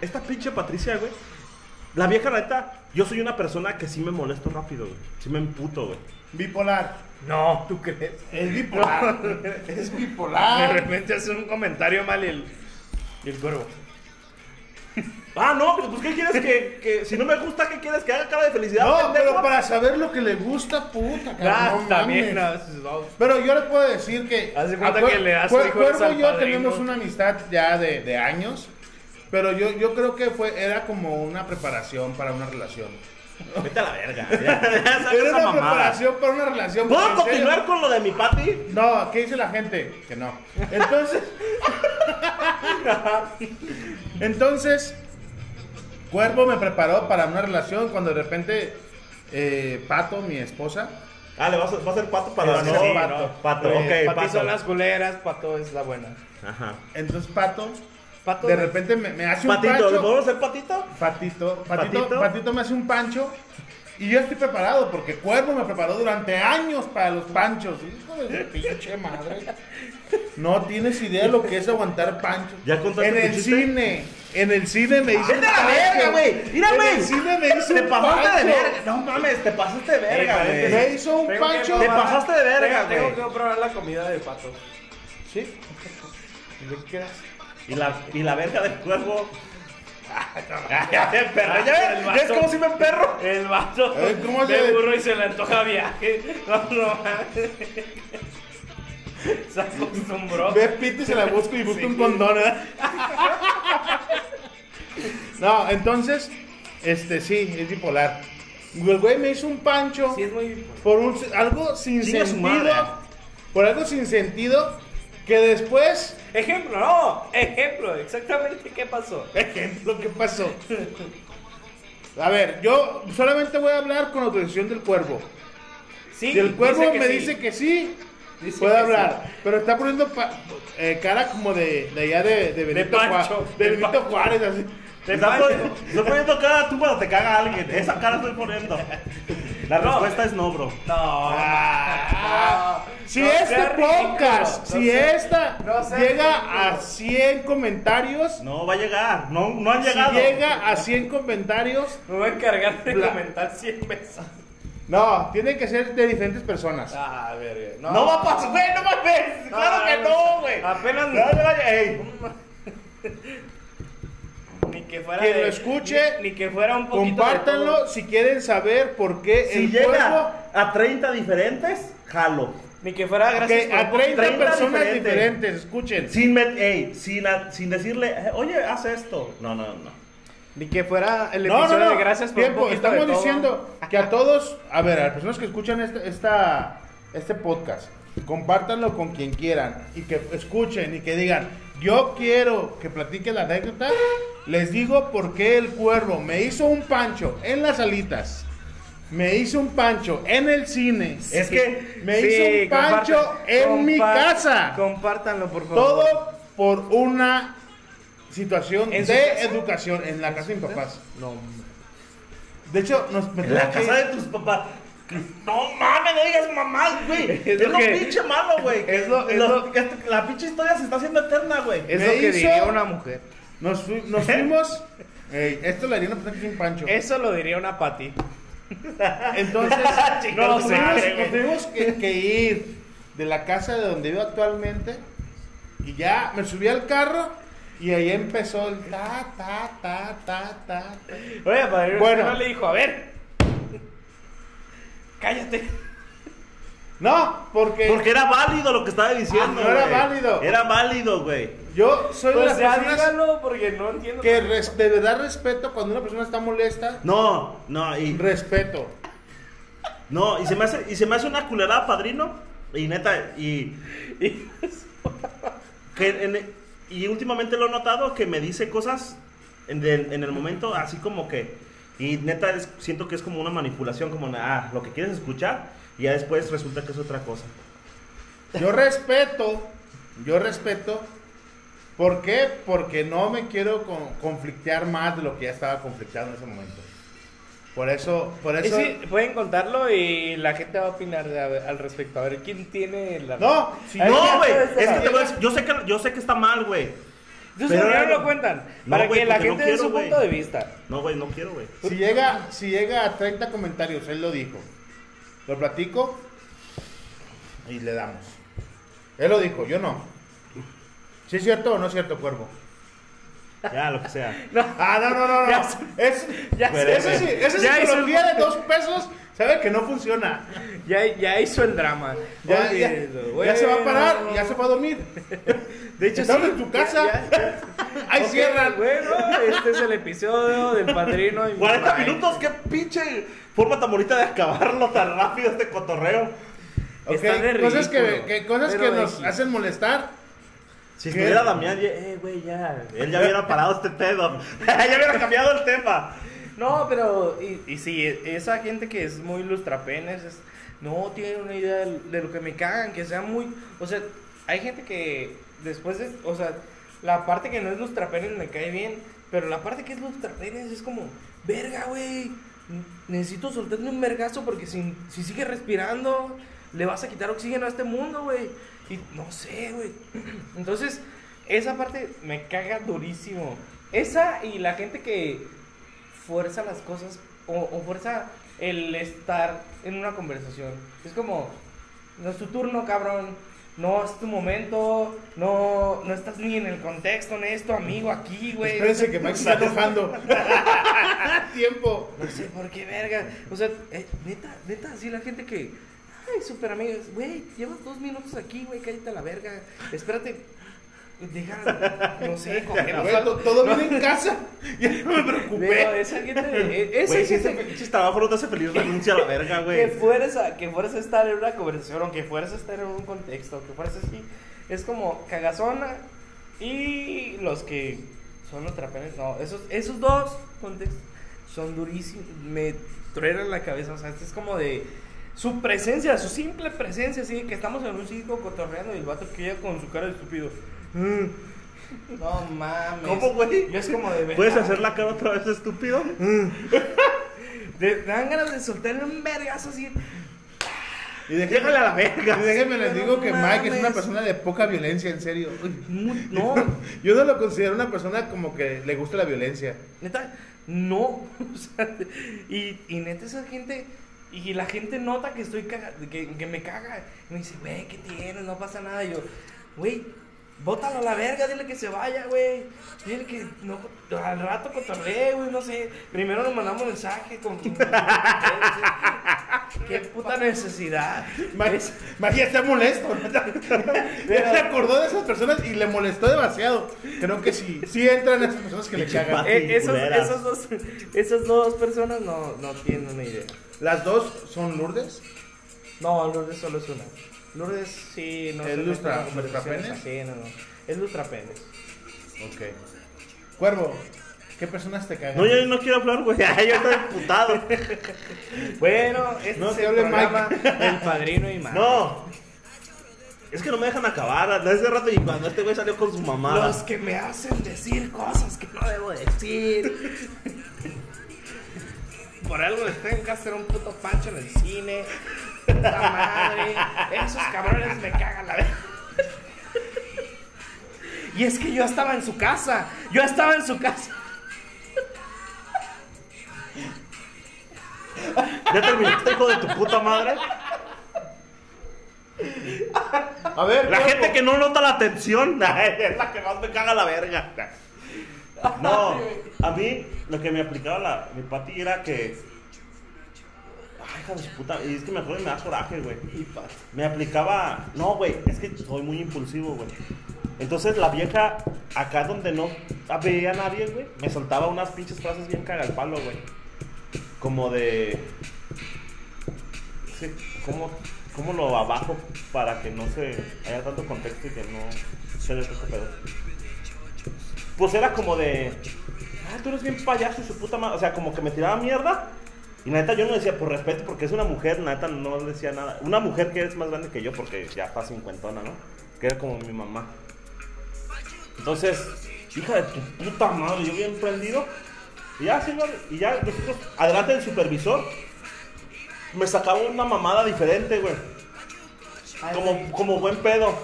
Esta pinche Patricia, güey. La vieja, la neta, yo soy una persona que sí me molesto rápido, güey. Sí me emputo, güey.
Bipolar.
No, ¿tú crees?
Es bipolar. es
Ah.
De
bipolar.
repente hace un comentario mal y el, y el cuervo.
Ah, no, pues ¿qué quieres que, que- Si no me gusta, ¿qué quieres que haga cara de felicidad?
No,
pendejo?
pero para saber lo que le gusta, puta, cabrón.
Ah,
no
también.
mames.
no, es- no.
Pero yo le puedo decir que.
Haz de cuenta
a Cuer-
que le das
Cuer-
frijoles
Cuervo
al
y yo
padrino.
tenemos una amistad ya de, de años. Pero yo, yo creo que fue era como una preparación para una relación.
Vete a la verga. Ya, ya saca
Era
esa
una
mamada.
preparación para una relación.
¿Puedo
porque en serio-
continuar con lo de mi pati?
No, ¿qué dice la gente? Que no. Entonces. Entonces, Cuervo me preparó para una relación cuando de repente eh, Pato, mi esposa,
Ah, le vas a, va a ser pato para
Sí,
no.
sí,
pato.
no.
Pato,
Eh,
ok,
para ti
pato.
son las culeras, pato es la buena.
Ajá.
entonces Pato,
Pato
de
no.
repente me, me hace un
Patito, ¿le
pancho.
podemos ser patito?
Patito, patito,
¿Patito?
patito, me hace un pancho. Y yo estoy preparado porque Cuervo me preparó durante años para los panchos. Hijo de su pinche madre. No tienes idea lo que es aguantar panchos.
¿Ya contaste
En
tu
el
chiste?
cine. En el cine me hizo.
¡Vete a la
un
verga,
pancho.
güey! ¡Mira,
En
güey!
el cine me hizo
Te
un
pasaste de
pancho.
verga. No mames, te pasaste de verga,
Eh,
güey.
Me hizo un
Tengo que
pancho.
Te
probar-
pasaste de verga,
tengo-
güey.
Tengo que probar la comida de pato.
Sí.
Lo que quieras.
Y la, y la verga del cuervo. Ay, ya me emperré, ya ves,
El
ya es
vato.
como si me emperro.
El vato
Eh, ¿cómo
de
se-
burro y se le antoja viaje. No, no mames. Se acostumbró.
Ve pito y se la busco y busco
Sí.
un condón, ¿eh? ¿verdad? No, entonces, este sí, es bipolar. El güey me hizo un pancho.
Sí, es muy.
por un, algo sin
Chinga su madre.
sentido, por algo sin sentido, que después,
Ejemplo, no. Ejemplo, exactamente qué pasó.
ejemplo, ¿qué pasó? A ver, yo solamente voy a hablar con autorización del cuervo.
Sí,
si el cuervo
que
me
sí.
dice que sí,
Dice
puedo
que
hablar. Pero está poniendo pa- eh, cara como de, de allá de, de Benito, Juá-
Pancho,
de
de
Benito
Pancho.
Juárez, así.
Te
Está
paso.
poniendo- Estoy poniendo cara tú cuando te caga alguien. Esa cara estoy poniendo. La
No.
respuesta es no, bro.
No.
Ah.
no,
Si
no
este
sea
podcast,
ridículo,
si
no sea-
esta
no sea
llega a
ridículo.
100 comentarios,
No va a llegar. No, no han
Si
llegado.
llega a 100 comentarios,
Me voy a encargar de
Bla-
comentar 100 veces.
no, tiene que ser de diferentes personas.
Ah, a ver,
No, va a pasar, güey, no mames.
No,
claro
Ah.
que
no,
no, güey.
apenas-
No, no vaya- ey.
Ni que fuera.
Quien
de-
lo escuche,
Ni, ni que fuera un poquito. de
Compártanlo
todo.
si quieren saber por qué
Si
el
llega
cuervo
a 30 diferentes, jalo.
Ni que fuera gracias
que
por
a 30,
30
personas
diferentes.
diferentes, escuchen.
Sin, met- ey, sin, a- sin decirle, eh, oye, haz esto. No, no, no.
Ni que fuera el
No,
episodio
no, no.
de gracias por
Tiempo,
un poquito
estamos
de todo.
diciendo que a todos, a ver, a las personas que escuchan este, esta, este podcast, compártanlo con quien quieran y que escuchen y que digan, yo quiero que platique la anécdota, les digo por qué el cuervo me hizo un pancho en las alitas. Me hizo un pancho en el cine.
Es que
me
Sí,
hizo un pancho
compartan-
en mi
compar-
casa.
Compártanlo, por favor.
Todo por una situación de
¿En su casa?
educación en la casa de mis papás.
No.
De hecho, nos me
en la
tuve que-
casa de tus papás. Que- No mames, no digas mamás, güey. Es,
Es lo
lo
que-
pinche malo, güey. que
es lo- es
los-
lo-
que La pinche historia se está haciendo eterna, güey.
Es
Me
lo que
hizo-
diría una mujer.
nos, fui-
¿Eh?
nos fuimos. Ey, esto le haría una pata sin pancho.
Eso lo diría una Pati.
Entonces,
Chingada
nos
madre,
tuvimos,
güey.
nos tuvimos que, que ir de la casa de donde vivo actualmente. Y ya me subí al carro. Y ahí empezó el ta, ta, ta, ta, ta. ta.
Oye,
Bueno.
padre, bueno. no le dijo, a ver. Pues Cállate.
No, porque
Porque era válido lo que estaba diciendo.
Ah, no era
güey.
válido.
Era válido, güey.
yo soy de
Pues
las
ya
personas
dígalo porque no entiendo.
que res- de verdad respeto cuando una persona está molesta.
No, no, y
Respeto.
no, y se me hace, y se me hace una culerada, padrino. Y neta, y.
Y-
que en- y últimamente lo he notado que me dice cosas en, del- en el momento así como que. Y neta, es- siento que es como una manipulación, como ah, lo que quieres escuchar, y ya después resulta que es otra cosa.
Yo respeto, yo respeto. ¿Por qué? Porque no me quiero con- conflictear más de lo que ya estaba conflictado en ese momento. Por eso, por
Y
eso.
sí, pueden contarlo y la gente va a opinar de- a ver- al respecto. A ver, ¿quién tiene la
No, si
Ay,
yo-
ya
No, güey,
sabes,
es que
ya
te voy a decir- yo sé que yo sé que está mal, güey.
Sus
Pero
opiniones
no-
no cuentan.
No,
Para
güey,
que la
porque no
gente dé
quiero,
su
güey.
punto de vista.
No, güey, no quiero, güey.
Si llega, si llega a 30 comentarios, él lo dijo. Lo platico y le damos. Él lo dijo, yo no. Si es cierto o no es cierto, cuervo.
Ya, lo que sea.
Ah, no, no, no, no.
Ya
Es,
sé, ya sé.
eso sí, esa
Ya hizo el
psicología de
punto.
dos pesos sabe que no funciona.
Ya, ya hizo el drama.
Ya, ya-
Olvídelo,
ya se va a
bueno.
parar y ya se va a dormir.
De hecho,
Estamos
sí,
en tu casa.
ya- ya-
Ahí
Ok,
cierran.
Bueno, este es el episodio del padrino. Y
40
Bye.
minutos, qué pinche forma tan bonita de acabarlo tan rápido este cotorreo.
Ok,
Está de
Cosas que,
ridículo,
que- cosas
pero
que
de
nos
gil.
hacen molestar.
Si
¿Qué?
estuviera Damián, ya- eh, güey, ya. Él ya hubiera parado este pedo. ya hubiera cambiado el tema.
No, pero. Y, y sí, esa gente que es muy lustrapenes, es- no tienen una idea de, de lo que me cagan, que sea muy. O sea, hay gente que después de. O sea, la parte que no es lustrapenes me cae bien, pero la parte que es lustrapenes es como, verga, güey. Necesito soltarme un vergazo porque si, si sigue respirando, le vas a quitar oxígeno a este mundo, güey. Y no sé, güey. Entonces, esa parte me caga durísimo. Esa y la gente que fuerza las cosas o, o fuerza el estar en una conversación. Es como, no es tu turno, cabrón. No es tu momento. No, no estás ni en el contexto, en esto, amigo, aquí, güey.
Espérense que Mike se está enojando. Tiempo.
No sé por qué, verga. O sea, eh, neta, neta, así la gente que. Ay, super amigos. Güey, llevas dos minutos aquí, güey, cállate a la verga. Espérate. Deja, no sé, cogemos
Güey, to-
algo.
todo bien en casa. Ya no me preocupé.
Pero esa gente. eh, Esa
Güey, si
gente.
ese pinche trabajo no te hace feliz, renuncia a la verga,
que
güey.
fuerza, que fuerza estar en una conversación, o que fuerza estar en un contexto, que fuerza así, es como cagazona y los que son los trapenes, no, esos, esos dos contextos son durísimos, me truenan la cabeza, o sea, este es como de su presencia, su simple presencia, así de que estamos en un circo cotorreando y el vato que llega con su cara de estúpido. "Mm". No mames.
¿Cómo, güey?
Yo es como de
¿Puedes
"Verga".
hacer la cara otra vez, estúpido?
Te dan ganas de soltarle un vergazo así.
Y déjenme-
Llégale a la verga.
y déjenme les
Pero
digo
no
que Mike es una
mames.
persona de poca violencia, en serio. Uy.
Muy- no,
Yo no lo considero una persona como que le gusta la violencia.
Neta, no. O sea, y, y neta, esa gente. Y la gente nota que estoy caga- que, que me caga. Y me dice, güey, ¿qué tienes? No pasa nada. Y yo, güey, bótalo a la verga, dile que se vaya, güey. Dile que no, al rato cotorree, güey, no sé. Primero nos mandamos mensaje con. con- Qué puta necesidad.
Mike,
Es-
Mike ya está molesto. Ya se acordó de esas personas y le molestó demasiado. Creo que sí, sí entran esas personas que le
Pinche
cagan.
vato.
eh, esos-
culeras.
esos dos- esas dos personas no, no tienen una idea.
Las dos son Lourdes.
No, Lourdes solo es una. Lourdes sí, no
¿Es
se mete en
lustra-
conversaciones
lustrapenes?
ajenas, no. Es lustrapenes.
Ok. Cuervo, ¿qué personas te cagan?
No, yo no quiero hablar, güey. Ya, yo estoy emputado.
Bueno, este
No
es
te
el
hable,
programa El Padrino y más.
No. Es que no me dejan acabar. Desde rato y cuando este güey salió con su mamá.
Los que me hacen decir cosas que no debo decir. Por algo les tengo que hacer un puto pancho en el cine. Puta madre. Esos cabrones me cagan la vez. Y es que yo estaba en su casa. Yo estaba en su casa.
¿Ya terminaste, hijo de tu puta madre?
A ver,
La
Cuervo,
gente que no nota la atención ay, es la que más me caga la verga. No, a mí lo que me aplicaba la, mi pati era que. Ay, hija de su puta. Y es que me acuerdo y me da coraje, güey. Me aplicaba. No, güey, es que soy muy impulsivo, güey. Entonces la vieja, acá donde no veía a nadie, güey, me soltaba unas pinches frases bien caga al palo, güey. Como de. Sí, ¿cómo, ¿Cómo lo abajo para que no se haya tanto contexto y que no se le toque pedo? Pues era como de. Ah, tú eres bien payaso, su puta madre. O sea, como que me tiraba mierda. Y la neta yo no decía por respeto porque es una mujer, la neta no decía nada. Una mujer que es más grande que yo porque ya está cincuentona, ¿no? Que era como mi mamá. Entonces, hija de tu puta madre, yo bien prendido. Y ya, señor, y ya nosotros, adelante del supervisor, me sacaba una mamada diferente, güey. Como, como buen pedo.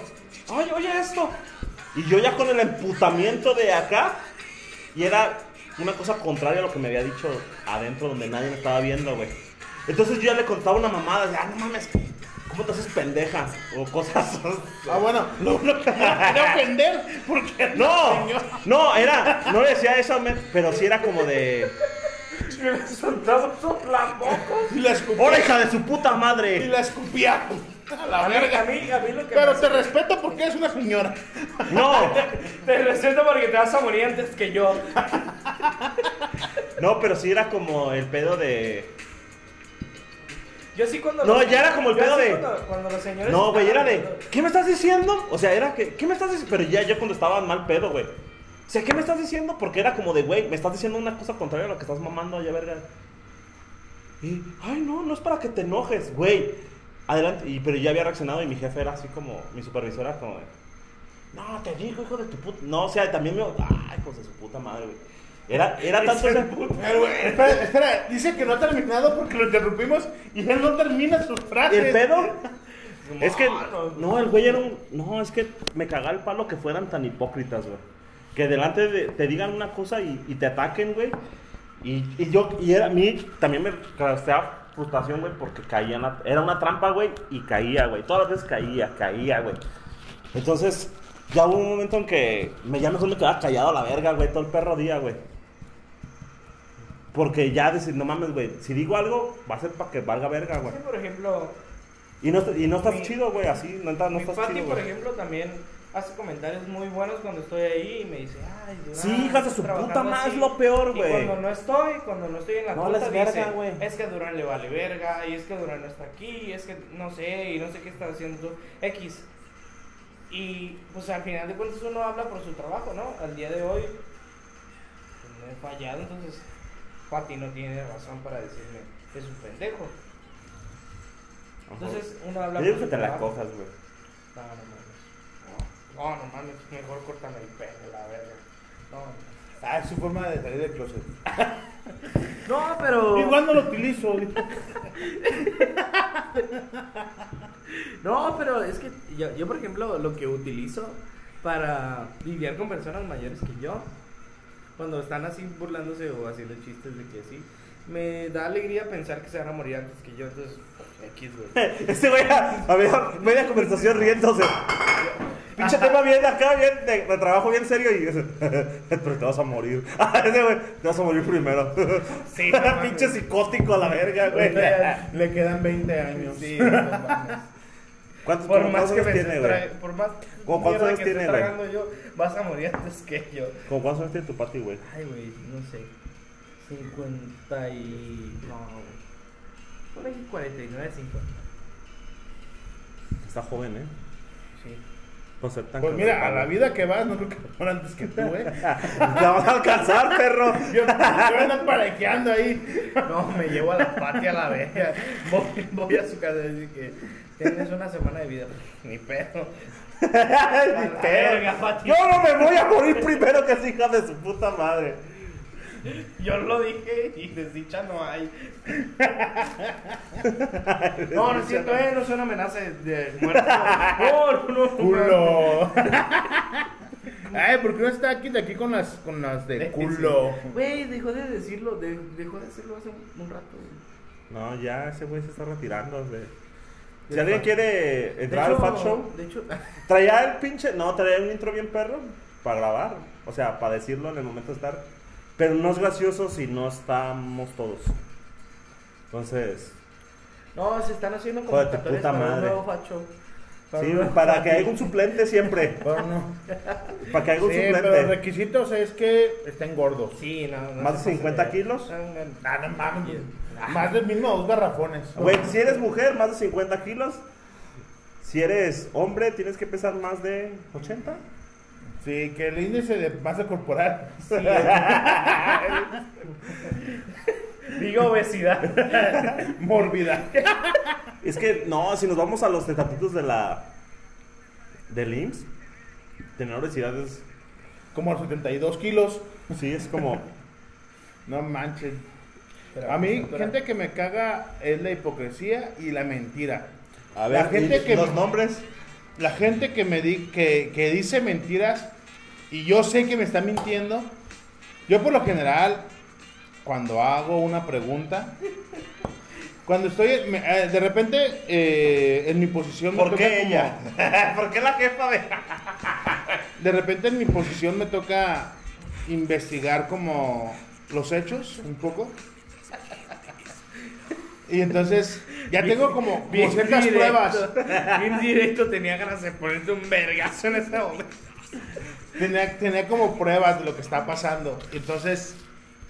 Ay, oye esto. Y yo ya con el emputamiento de acá, y era una cosa contraria a lo que me había dicho adentro, donde nadie me estaba viendo, güey. Entonces yo ya le contaba una mamada, de, ah, no mames, ¿cómo te haces pendeja? O cosas.
Ah, bueno.
No, no,
Quiero ofender. Porque
no, no, era, no le decía eso, men, pero sí era como de,
Me soltaba soplamocos.
Y la escupí.
¡Hola, hija de su puta
Y
madre!
la escupía. A la
A mí, a
verga.
mí, a mí lo que
Pero
me-
te respeto porque es una señora.
No,
Te respeto porque te vas a morir antes que yo.
no, pero sí era como el pedo de.
Yo sí cuando...
No, ya era como el
yo
pedo
sí
de-
Cuando, cuando los señores...
No, güey, era
estaban-
de. ¿Qué me estás diciendo? O sea, era que. ¿Qué me estás diciendo? Pero ya yo cuando estaba mal pedo, güey. O sea, ¿qué me estás diciendo? Porque era como de, güey, me estás diciendo una cosa contraria a lo que estás mamando allá, verga. Y, ay, no, no es para que te enojes, güey. Adelante. Y, pero ya había reaccionado y mi jefe era así como. Mi supervisora, era como de. No, te digo, hijo de tu puta. No, o sea, también me. Ay, hijos de su puta madre, güey. Era, era tanto ese
Pero, güey, espera, espera. Dice que no ha terminado porque lo interrumpimos y él no termina sus
¿Y
frases.
el pedo?
No,
Es que,
no,
no, el güey era un... No, es que me cagaba el palo que fueran tan hipócritas, güey. Que delante de- te digan una cosa y, y te ataquen, güey. Y, y yo, y era, a mí también me causaba frustración, güey, porque caía en la- Era una trampa, güey, y caía, güey. Todas las veces caía, caía, güey. Entonces, ya hubo un momento en que me, ya mejor me quedaba callado a la verga, güey, todo el perro día, güey. Porque ya decir, no mames, güey, si digo algo, va a ser para que valga verga,
Es
güey.
que, por ejemplo,
Y no, y no estás
Mi-
chido, güey, así, no, está- no
mi
estás
Pati,
chido,
por
güey.
ejemplo, también hace comentarios muy buenos cuando estoy ahí y me dice, ay, Durán,
Sí, hijas de
estás
su puta
trabajando
madre,
así".
es lo peor,
Y
güey.
Cuando no estoy, cuando no estoy en la
No
junta,
hables verga,
dice,
güey.
es que a Durán le vale verga, y es que Durán no está aquí, y es que no sé, y no sé qué está haciendo X. Y pues al final de cuentas uno habla por su trabajo, ¿no? Al día de hoy pues, no he fallado, entonces Pati no tiene razón para decirme, es un pendejo.
Ajá.
Entonces uno habla
Yo digo que
su
te la
trabajo.
cojas, güey.
No, no mames. No, no mames, mejor córtame el pelo, la verga. No, no.
Ah, es su forma de salir del closet.
No, pero.
Igual no lo utilizo. dijo.
No, pero es que yo, yo, por ejemplo, lo que utilizo para lidiar con personas mayores que yo, cuando están así burlándose o haciendo chistes de que así, me da alegría pensar que se van a morir antes que yo, entonces, X, güey.
Este güey, a a ver, media conversación riéndose. Pinche tema bien acá, bien, de, de trabajo bien serio y... Pero te vas a morir. Ah, Ese güey, te vas a morir primero.
Sí, no mames.
Pinche psicótico a la verga, güey.
Le quedan 20 años.
Sí, no mames.
¿Cuántos,
Por
cómo-
más
cuántos
que me
años tiene,
esté
güey?
tra- por más
¿Cómo cuántos
mierda
años
que esté
tiene, güey?
tragando yo, vas a morir antes que yo.
¿Con cuántos años tiene tu pati, güey?
Ay, güey, no sé. 50 y. No, güey. Por ahí 49, 50.
Está joven, ¿eh?
Sí.
Conceptan
Pues
que-
mira, a la vida que vas, no creo que muera antes que tú, ¿eh?
La vas a alcanzar, perro.
Yo, yo ando parejeando ahí.
No, me llevo a la patria a la verga. Voy, voy a su casa y decir que tienes una semana de vida. Ni pedo. verga, Pati.
Yo no me voy a morir primero que esa hija de su puta madre.
Yo lo dije y desdicha no hay. No, no es cierto, eh, no es una amenaza de, de muerte. No, no, no.
Culo. Ay, ¿por qué no está aquí de aquí con las, con las de culo?
Güey, dejó de decirlo, de- dejó de decirlo hace un, un rato. güey.
No, ya ese güey se está retirando. güey. Si
Del
alguien
fat-
quiere entrar al
hecho-
Fat Show,
De hecho,
traía el pinche. No, traía un intro bien perro para grabar. O sea, para decirlo en el momento de estar. Pero no es gracioso si no estamos todos. Entonces,
no, se están haciendo
Joder, tu
convocatorias
puta
para un
madre.
nuevo Fat Show.
sí,
un nuevo
para
Fat
que
Show.
haya un suplente siempre.
Pero no.
Para que haya
Sí,
un
pero los
suplente.
requisitos es que estén gordos.
Sí, no, no
Más de
se pase
50
verga.
kilos.
Hagan-
Ah, no mames. Ah. Más del mismo dos garrafones.
Güey, si eres mujer, más de 50 kilos. Si eres hombre, tienes que pesar más de 80.
Sí, que el índice de masa corporal.
Digo obesidad.
Mórbida.
Es que, no, si nos vamos a los estatutos de la... Del IMSS, tener obesidad es...
Como 72 kilos.
Sí, es como...
No manches. A
pues,
mí, gente que me caga es la hipocresía y la mentira.
A ver,
la gente
y
que
los nombres.
la gente que me di, que, que dice mentiras y yo sé que me está mintiendo, yo por lo general, cuando hago una pregunta, cuando estoy, me- eh, de repente eh, en mi posición... me
¿Por
toca
qué
como-
ella? ¿Por qué la jefa de.?
De repente en mi posición me toca investigar como los hechos un poco. Y entonces ya tengo como, como
Bien
ciertas
directo.
pruebas.
Bien directo tenía ganas de ponerte un vergazo en ese momento.
Tenía, tenía como pruebas de lo que está pasando. Y entonces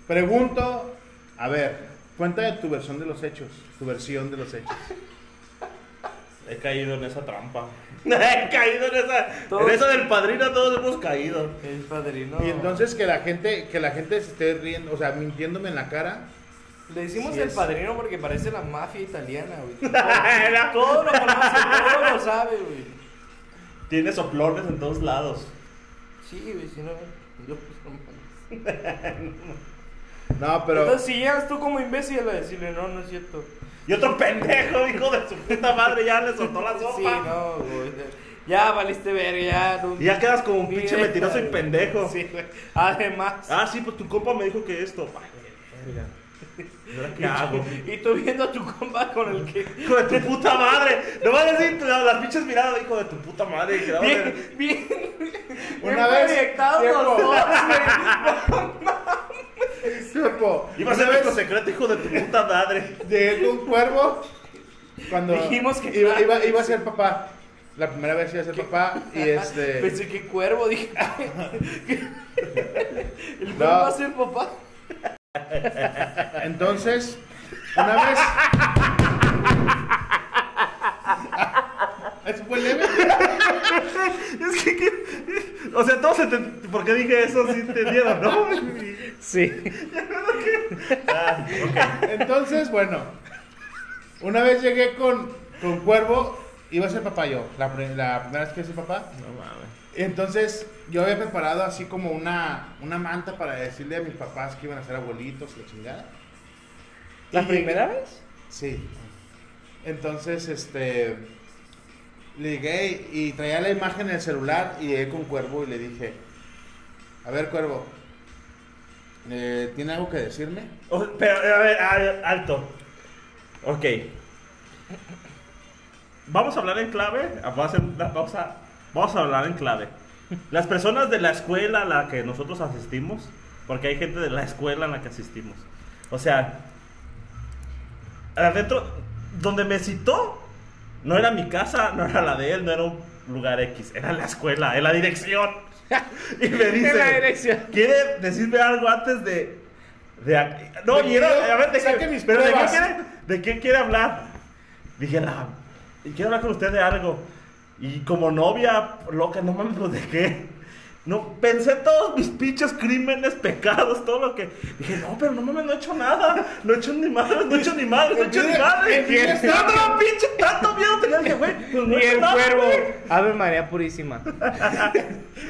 pregunto, a ver, cuenta de tu versión de los hechos, tu versión de los hechos.
He caído en esa trampa. He caído en esa. En esa del padrino todos hemos caído.
El padrino.
Y entonces que la gente que la gente se esté riendo, o sea, mintiéndome en la cara.
Le decimos
Sí
el
es.
padrino porque parece la mafia italiana, güey.
Era todo.
Todo lo conoce, todo lo sabe, güey.
Tiene soplones en todos lados.
Sí, güey, si no. Yo, pues, no mames.
No, pero
Entonces, si llegas tú como imbécil a decirle, no, no es cierto.
Y otro pendejo, hijo de su puta madre, ya le soltó la
Sí,
sopa.
no, güey. Ya valiste verga, ya. No,
Y ya quedas como un
Mierda,
pinche mentiroso y
güey.
pendejo.
Sí, güey. Además.
Ah, sí, pues tu compa me dijo que esto. Ay, verga. ¿Y ahora qué hago?
Y tú viendo a tu compa con el que.
Hijo de tu puta madre. No vas a decir la- las pinches miradas, hijo de tu puta madre. que quedaba en el-
Bien, bien.
Una
bien
vez,
proyectados los
tiempo.
dos, güey.
tiempo.
Iba a ser nuestro secreto, hijo de tu puta madre.
Llegué con Cuervo cuando
Dijimos que
iba,
nada.
iba- iba a ser papá. La primera vez iba a ser papá y este...
Pensé que cuervo, dije. el cuervo
No.
va a ser papá.
Entonces, una vez... Eso fue leve.
Es que, que- O sea, todos enten- ¿Por qué dije eso? Sí entendieron, ¿no?
Sí.
Ah, ok.
Entonces, bueno. Una vez llegué con, con Cuervo, iba a ser papá yo. La, pri- la primera vez que soy papá.
No mames.
Entonces, yo había preparado así como una, una manta para decirle a mis papás que iban a ser abuelitos y la chingada.
¿La
Y-
primera vez?
Sí. Entonces, este. Le llegué y traía la imagen en el celular y llegué con Cuervo y le dije: A ver, Cuervo, eh, ¿tiene algo que decirme?
O- Pero, a ver, a- alto. Ok. Vamos a hablar en clave. Vamos a hacer una pausa. Vamos a hablar en clave. Las personas de la escuela a la que nosotros asistimos, porque hay gente de la escuela a la que asistimos. O sea, adentro, donde me citó, no era mi casa, no era la de él, no era un lugar X, era la escuela, en la dirección. Y me dice,
la dirección.
¿quiere decirme algo antes de... de ac- no,
De
y era,
quiero-
a ver, de
saque
qué-
mis
pero ¿de qué,
pruebas.
quiere, de qué quiere hablar? Dije, "Ah, y quiero hablar con usted de algo. Y como novia loca, no mames, pues, ¿de qué? No, pensé todos mis pinches crímenes, pecados, todo lo que... Dije, no, pero no mames, no he hecho nada. No he hecho ni madre, no he hecho ni madre, no he hecho ni madre.
Y el-
Tanto la pinche, tanto miedo tenía. Dije, güey, pues no he
Y
hecho
el
nada,
cuervo.
güey".
Ave María Purísima.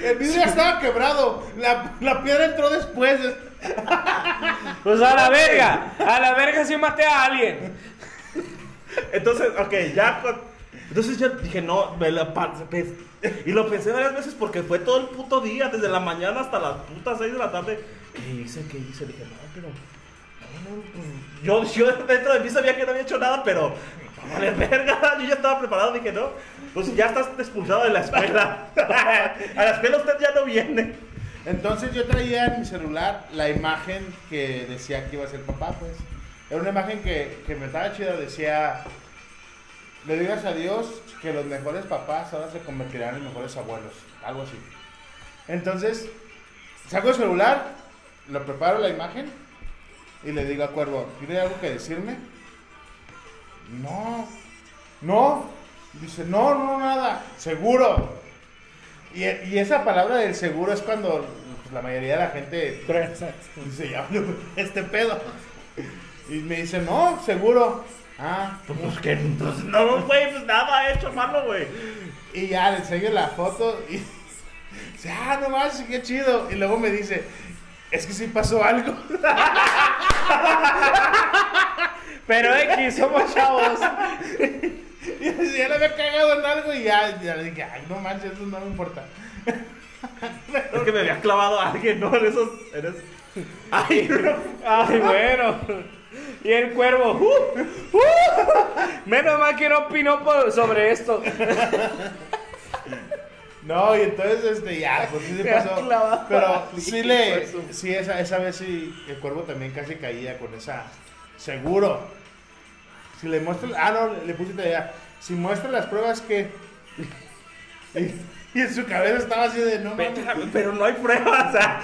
El vidrio estaba quebrado, la, la piedra entró después.
Pues a la verga. A la verga sí maté a alguien.
Entonces, ok, ya con- Entonces yo dije, no, me la pa- pe- Y lo pensé varias veces porque fue todo el puto día, desde la mañana hasta las putas 6 de la tarde. ¿Qué hice? ¿Qué hice? Dije, no, pero. no, no, pues, Yo, yo dentro de mí sabía que no había hecho nada, pero. no Vale, verga, yo ya estaba preparado, dije, no. Pues ya estás expulsado de la escuela. A la escuela usted ya no viene.
Entonces yo traía en mi celular la imagen que decía que iba a ser papá, pues. Era una imagen que, que me estaba chida, decía, le digas a Dios que los mejores papás ahora se convertirán en mejores abuelos, algo así. Entonces, saco el celular, lo preparo la imagen y le digo a Cuervo, ¿tiene algo que decirme? No, no, dice, no, no, nada, seguro. Y, y esa palabra del seguro es cuando pues, la mayoría de la gente dice, ya, güey, este pedo. Y me dice, no, seguro. Ah,
Pues, pues, que, pues, no, güey, pues nada he hecho malo, güey.
y ya le enseño la foto y dice, ah, no más, qué chido. Y luego me dice, es que sí pasó algo.
Pero X, somos chavos.
Y ya le había cagado en algo y ya, ya dije, ay, no manches, eso no me importa.
Es que me había clavado a alguien, ¿no? En esos. En esos... Ay, no.
Ay, bueno. Y el cuervo. ¡uh! ¡uh! Menos mal que no opinó por- sobre esto.
No, y entonces, este, ya, pues sí se
Me ha
pasó.
clavado
Pero
a mí,
sí le,
pues,
hijo de su-
sí, esa, esa vez sí, el cuervo también casi caía con esa, seguro. Si le muestra, ah, no, le puse tarea, si muestra las pruebas que... Y, y en su cabeza estaba así de, no mames.
Pero no hay pruebas. ah.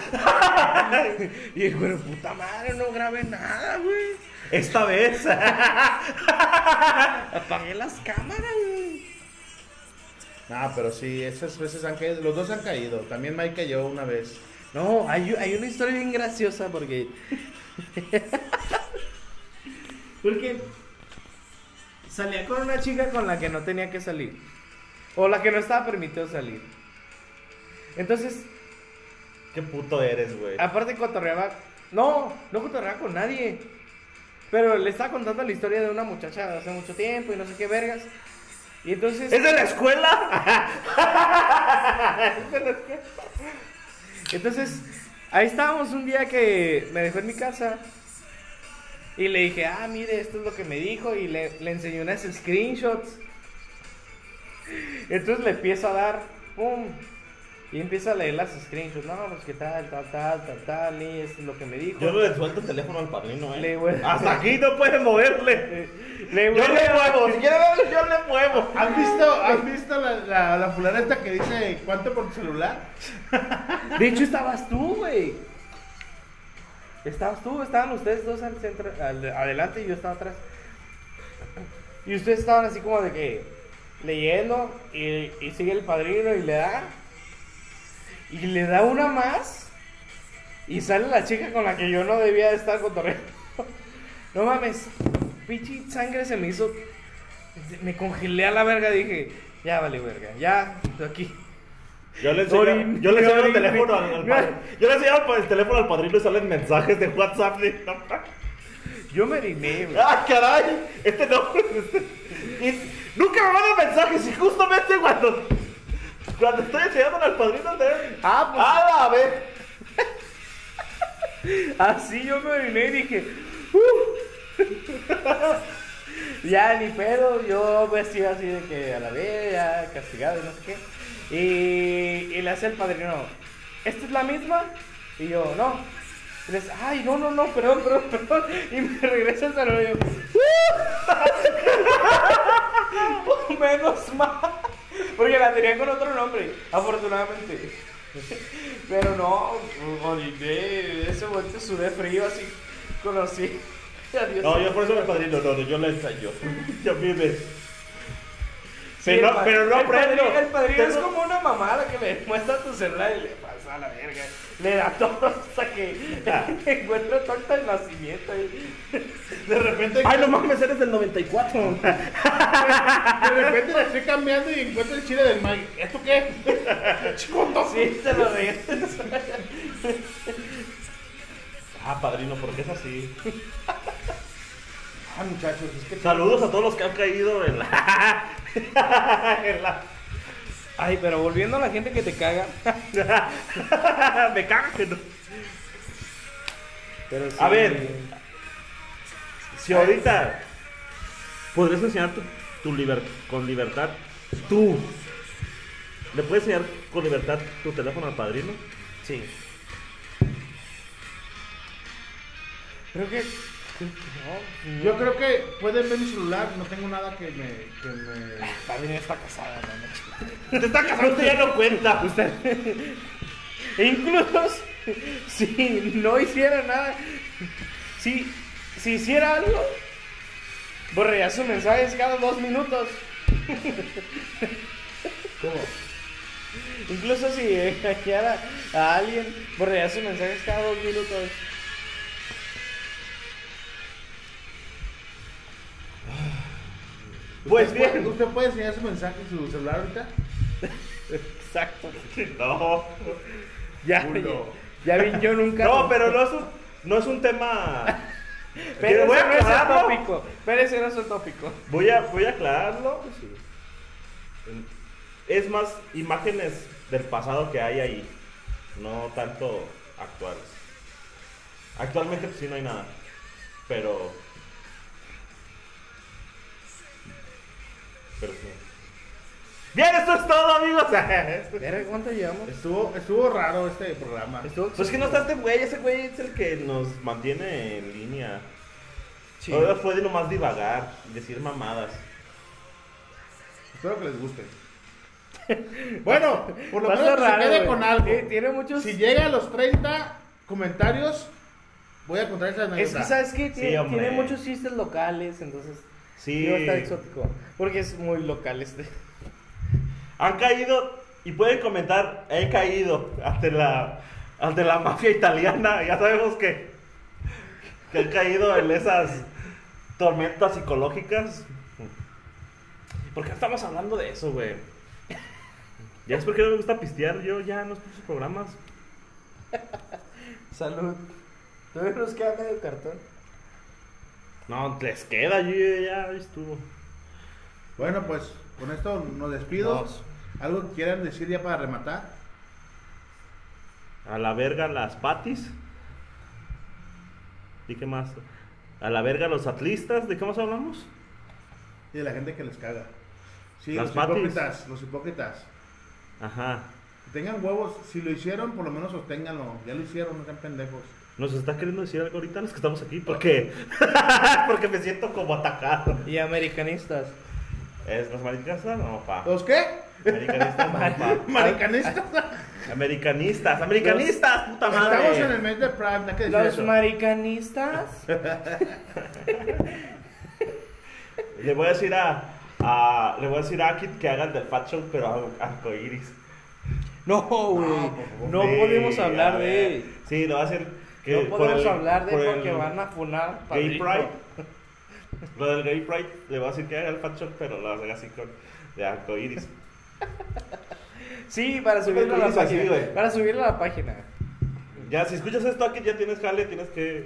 o sea,
Y el cuervo, puta madre, no grabé nada, güey.
Esta vez.
Apagué las cámaras, güey.
No, pero sí, esas veces han caído, los dos han caído, también Mike cayó una vez.
No, hay, hay una historia bien graciosa porque. porque. Salía con una chica con la que no tenía que salir. O la que no estaba permitido salir. Entonces,
Qué puto eres, güey.
aparte cotorreaba. No, no cotorreaba con nadie. Pero le estaba contando la historia de una muchacha de hace mucho tiempo y no sé qué vergas. Y entonces.
¿Es de la escuela?
Entonces, ahí estábamos un día que me dejó en mi casa. Y le dije, ah, mire, esto es lo que me dijo. Y le, le enseñé unas screenshots. Entonces le empiezo a dar, pum. Y empieza a leer las screenshots. No, pues qué tal, tal, tal, tal, tal. Y esto es lo que me dijo.
Yo no le suelto el teléfono al padrino, eh.
Le voy-
Hasta aquí no puede moverle.
Eh, le
Yo le muevo. Si
huele-
quiere verlo, yo le muevo.
¿Han visto, ¿han visto la, la, la fulana esta que dice cuánto por tu celular?
De hecho, estabas tú, güey. Estabas tú, estaban ustedes dos al centro, al- adelante y yo estaba atrás. Y ustedes estaban así como de que leyendo y, y sigue el padrino y le da. Y le da una más. Y sale la chica con la que yo no debía de estar cotorreando. No mames, pichi sangre se me hizo. Me congelé a la verga, dije, ya vale verga, ya, estoy aquí.
Yo le enseño,
Dorin,
yo le enseño el
Dorin,
teléfono al, al
mira.
padrino. Yo le enseño pues, el teléfono al padrino y salen mensajes de WhatsApp. De...
Yo me oriné, güey.
¡Ah, caray! Este no. Y nunca me mandan mensajes y justamente cuando, cuando estoy enseñando al padrino el teléfono.
Ah, pues-
¡Ah, a ver!
Así yo me oriné y dije, "Uh". ya ni pedo, yo vestido así de que a la vez, ya castigado y no sé qué. Y, y le hace el padrino, ¿esta es la misma? Y yo, no. Y le dice, ay, no, no, no, perdón, perdón, perdón. Y me regresa el saludo y yo, "Uh". menos mal. Porque la tenía con otro nombre, afortunadamente. Pero no, oriné, ese momento sudé frío así, conocí. Adiós.
No, yo por eso me padrino, no, no, yo le ensayo. Ya vive.
Sí,
Pero,
el pa-
pero no
el
aprendo.
padrino- el padrino es
Tengo-
como una mamada que le muestra tu celular y le pasa a la verga. Le da todo hasta que encuentra tu acta de nacimiento. y-
De repente,
Ay, no mames, eres del 94.
de repente la estoy cambiando y encuentro el chile del Mike. ¿Esto qué? Chicoto.
Sí, se lo de
Ah, padrino, ¿por qué es así?
Ah, muchachos, es que
Saludos a todos los que han caído en la. en la-
Ay, pero volviendo a la gente que te caga.
Me cago que no.
Pero sí.
A ver. Si ahorita podrías enseñar tu, tu liber- con libertad, tú. ¿Le puedes enseñar con libertad tu teléfono al padrino?
Sí. Creo que. No,
yo creo que pueden ver mi celular, no tengo nada que me. Que me...
Padrino está casada, no, no.
Te está casando, usted ya no cuenta.
E incluso si no hiciera nada, si, si hiciera algo, borraría sus mensajes cada dos minutos.
¿Cómo?
Incluso si engañara a alguien, borraría sus mensajes cada dos minutos.
Pues
¿Usted puede-
bien.
¿Usted puede enseñar su mensaje en su celular ahorita?
Exacto.
No.
Ya,
Culo.
ya, ya vi yo nunca.
No, pero no es un, no es un tema
Pero
voy a
ese no es el
aclararlo.
tópico. Pero ese no es el tópico.
Voy a, voy a aclararlo. Es más imágenes del pasado que hay ahí, no tanto actuales. Actualmente pues sí no hay nada, pero... Pero sí. Bien, esto es todo amigos. Pues
Verga, ¿Cuánto llevamos? Estuvo, estuvo raro este programa.
Estuvo
Pues es que no está este güey, ese güey es el que nos mantiene en línea.
Sí.
Ahora fue de nomás divagar, decir mamadas.
Espero que les guste. Bueno, por lo
Va a
menos que se
estar raro,
quede
güey. Eh,
con
Sí,
algo.
Tiene muchos.
Si llega a los 30 comentarios, voy a contar esa
Es que,
anécdota.
¿sabes qué?
Sí,
Tiene,
hombre.
tiene muchos chistes locales, entonces.
Sí.
Sí. está exótico. Porque es muy local este.
Han caído, y pueden comentar, he caído ante la, ante la mafia italiana. Ya sabemos que, que han caído en esas tormentas psicológicas. ¿Por qué estamos hablando de eso, güey? Ya es porque no me gusta pistear, yo ya no escucho programas.
Salud. ¿Tú ves los que han medio cartón?
No, les queda, yo ya, ya estuvo.
Bueno, pues con esto nos despido.
Nos.
¿Algo que quieran decir ya para rematar?
A la verga las patis. ¿Y qué más? A la verga los atlistas, ¿de qué más hablamos?
Y de la gente que les caga. Sí,
Las
los
patis.
hipócritas, los hipócritas.
Ajá.
Que Tengan huevos, si lo hicieron, por lo menos sosténganlo. Ya lo hicieron, no sean pendejos.
Nos está queriendo decir algo ahorita los que estamos aquí porque porque me siento como atacado.
Y americanistas.
¿Es los maricanistas? No, pa.
¿Los qué?
Americanistas, no,
Maricanistas.
pa. Americanistas, americanistas, puta madre.
Estamos en el mes de Prime, no hay que decir
Los
eso.
maricanistas.
Le voy a decir a, a- le voy a decir a Akit que haga el del Fat Show pero a arcoiris.
No, güey. Ah, pues, No
Sí,
podemos hablar
a ver.
de.
Sí, lo va a hacer que
No
por
podemos
el-
hablar de
por el
porque van a funar.
Gay
padrino.
Pride. Lo del Gay Pride le va a decir que haga el Fat Show pero lo haga así con de arcoiris.
Sí, para subirlo a
Lo
la
hizo así,
página.
güey.
para subirlo a la página.
Ya, si escuchas esto aquí, ya tienes jale, tienes que eh,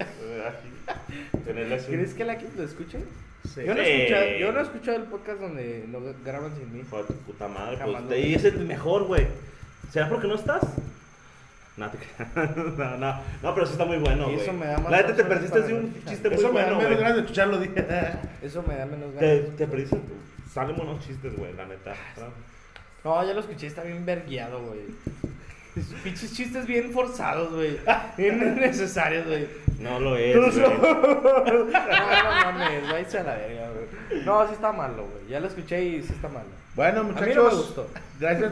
aquí, tenerle así.
¿Crees que la que lo escuche?
Sí.
Yo no,
Sí.
he escuchado, yo no he escuchado el podcast donde lo graban sin mí.
Hijo de tu puta madre,
Jamás
pues,
lo-
y es el mejor, güey. ¿Será porque no estás? No, te creas. no, no, no, pero sí está muy bueno,
Y
güey.
eso me da más
La neta te
razones
perdiste
para
de un
escuchar.
chiste muy
Eso me da
bueno,
menos
güey.
ganas de escucharlo. dije.
Eso me da menos ganas.
Te, te perdiste, salen buenos chistes, güey, la neta.
No, ya lo escuché, está bien vergueado, güey. Esos Pinches chistes bien forzados, güey. Bien innecesarios, güey.
No lo es,
No,
güey.
no mames, váyase a la verga, güey. No, sí está malo, güey. Ya lo escuché y sí está malo.
Bueno,
no me
muchachos,
gustó.
gracias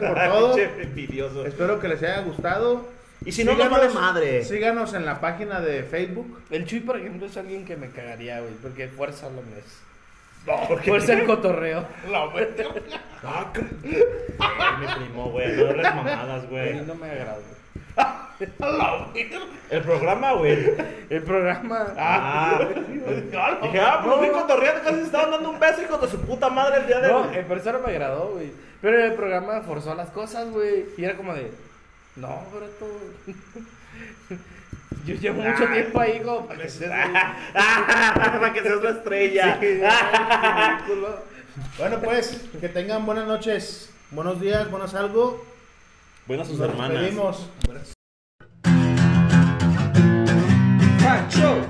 por todo.
Pinche envidioso.
Espero que les haya gustado.
Y si no, no vale madre.
Síganos en la página de Facebook.
El Chuy, por ejemplo, es alguien que me cagaría, güey, porque fuerza lo mes.
No, porque
Fuerza el cotorreo.
Ah, cre- Ay, mi primo, güey, no hables mamadas,
A mí
güey.
no me agrada.
El programa, güey.
El programa.
Ah, dije, ah, pues muy cotorreando, casi estaban dando un beso, hijo de su puta madre, el día de
No, eh.
hoy.
en persona me agradó, güey. Pero en el programa forzó las cosas, güey. Y era como de, no, Breto. Yo llevo mucho
Ah.
tiempo ahí, como para que seas muy-
Ah, para que seas la estrella. Ah.
Sí, ay, ridículo.
Bueno, pues, que tengan buenas noches, buenos días, buenos algo.
Buenas sus
Nos
hermanas.
despedimos.
Fat Show.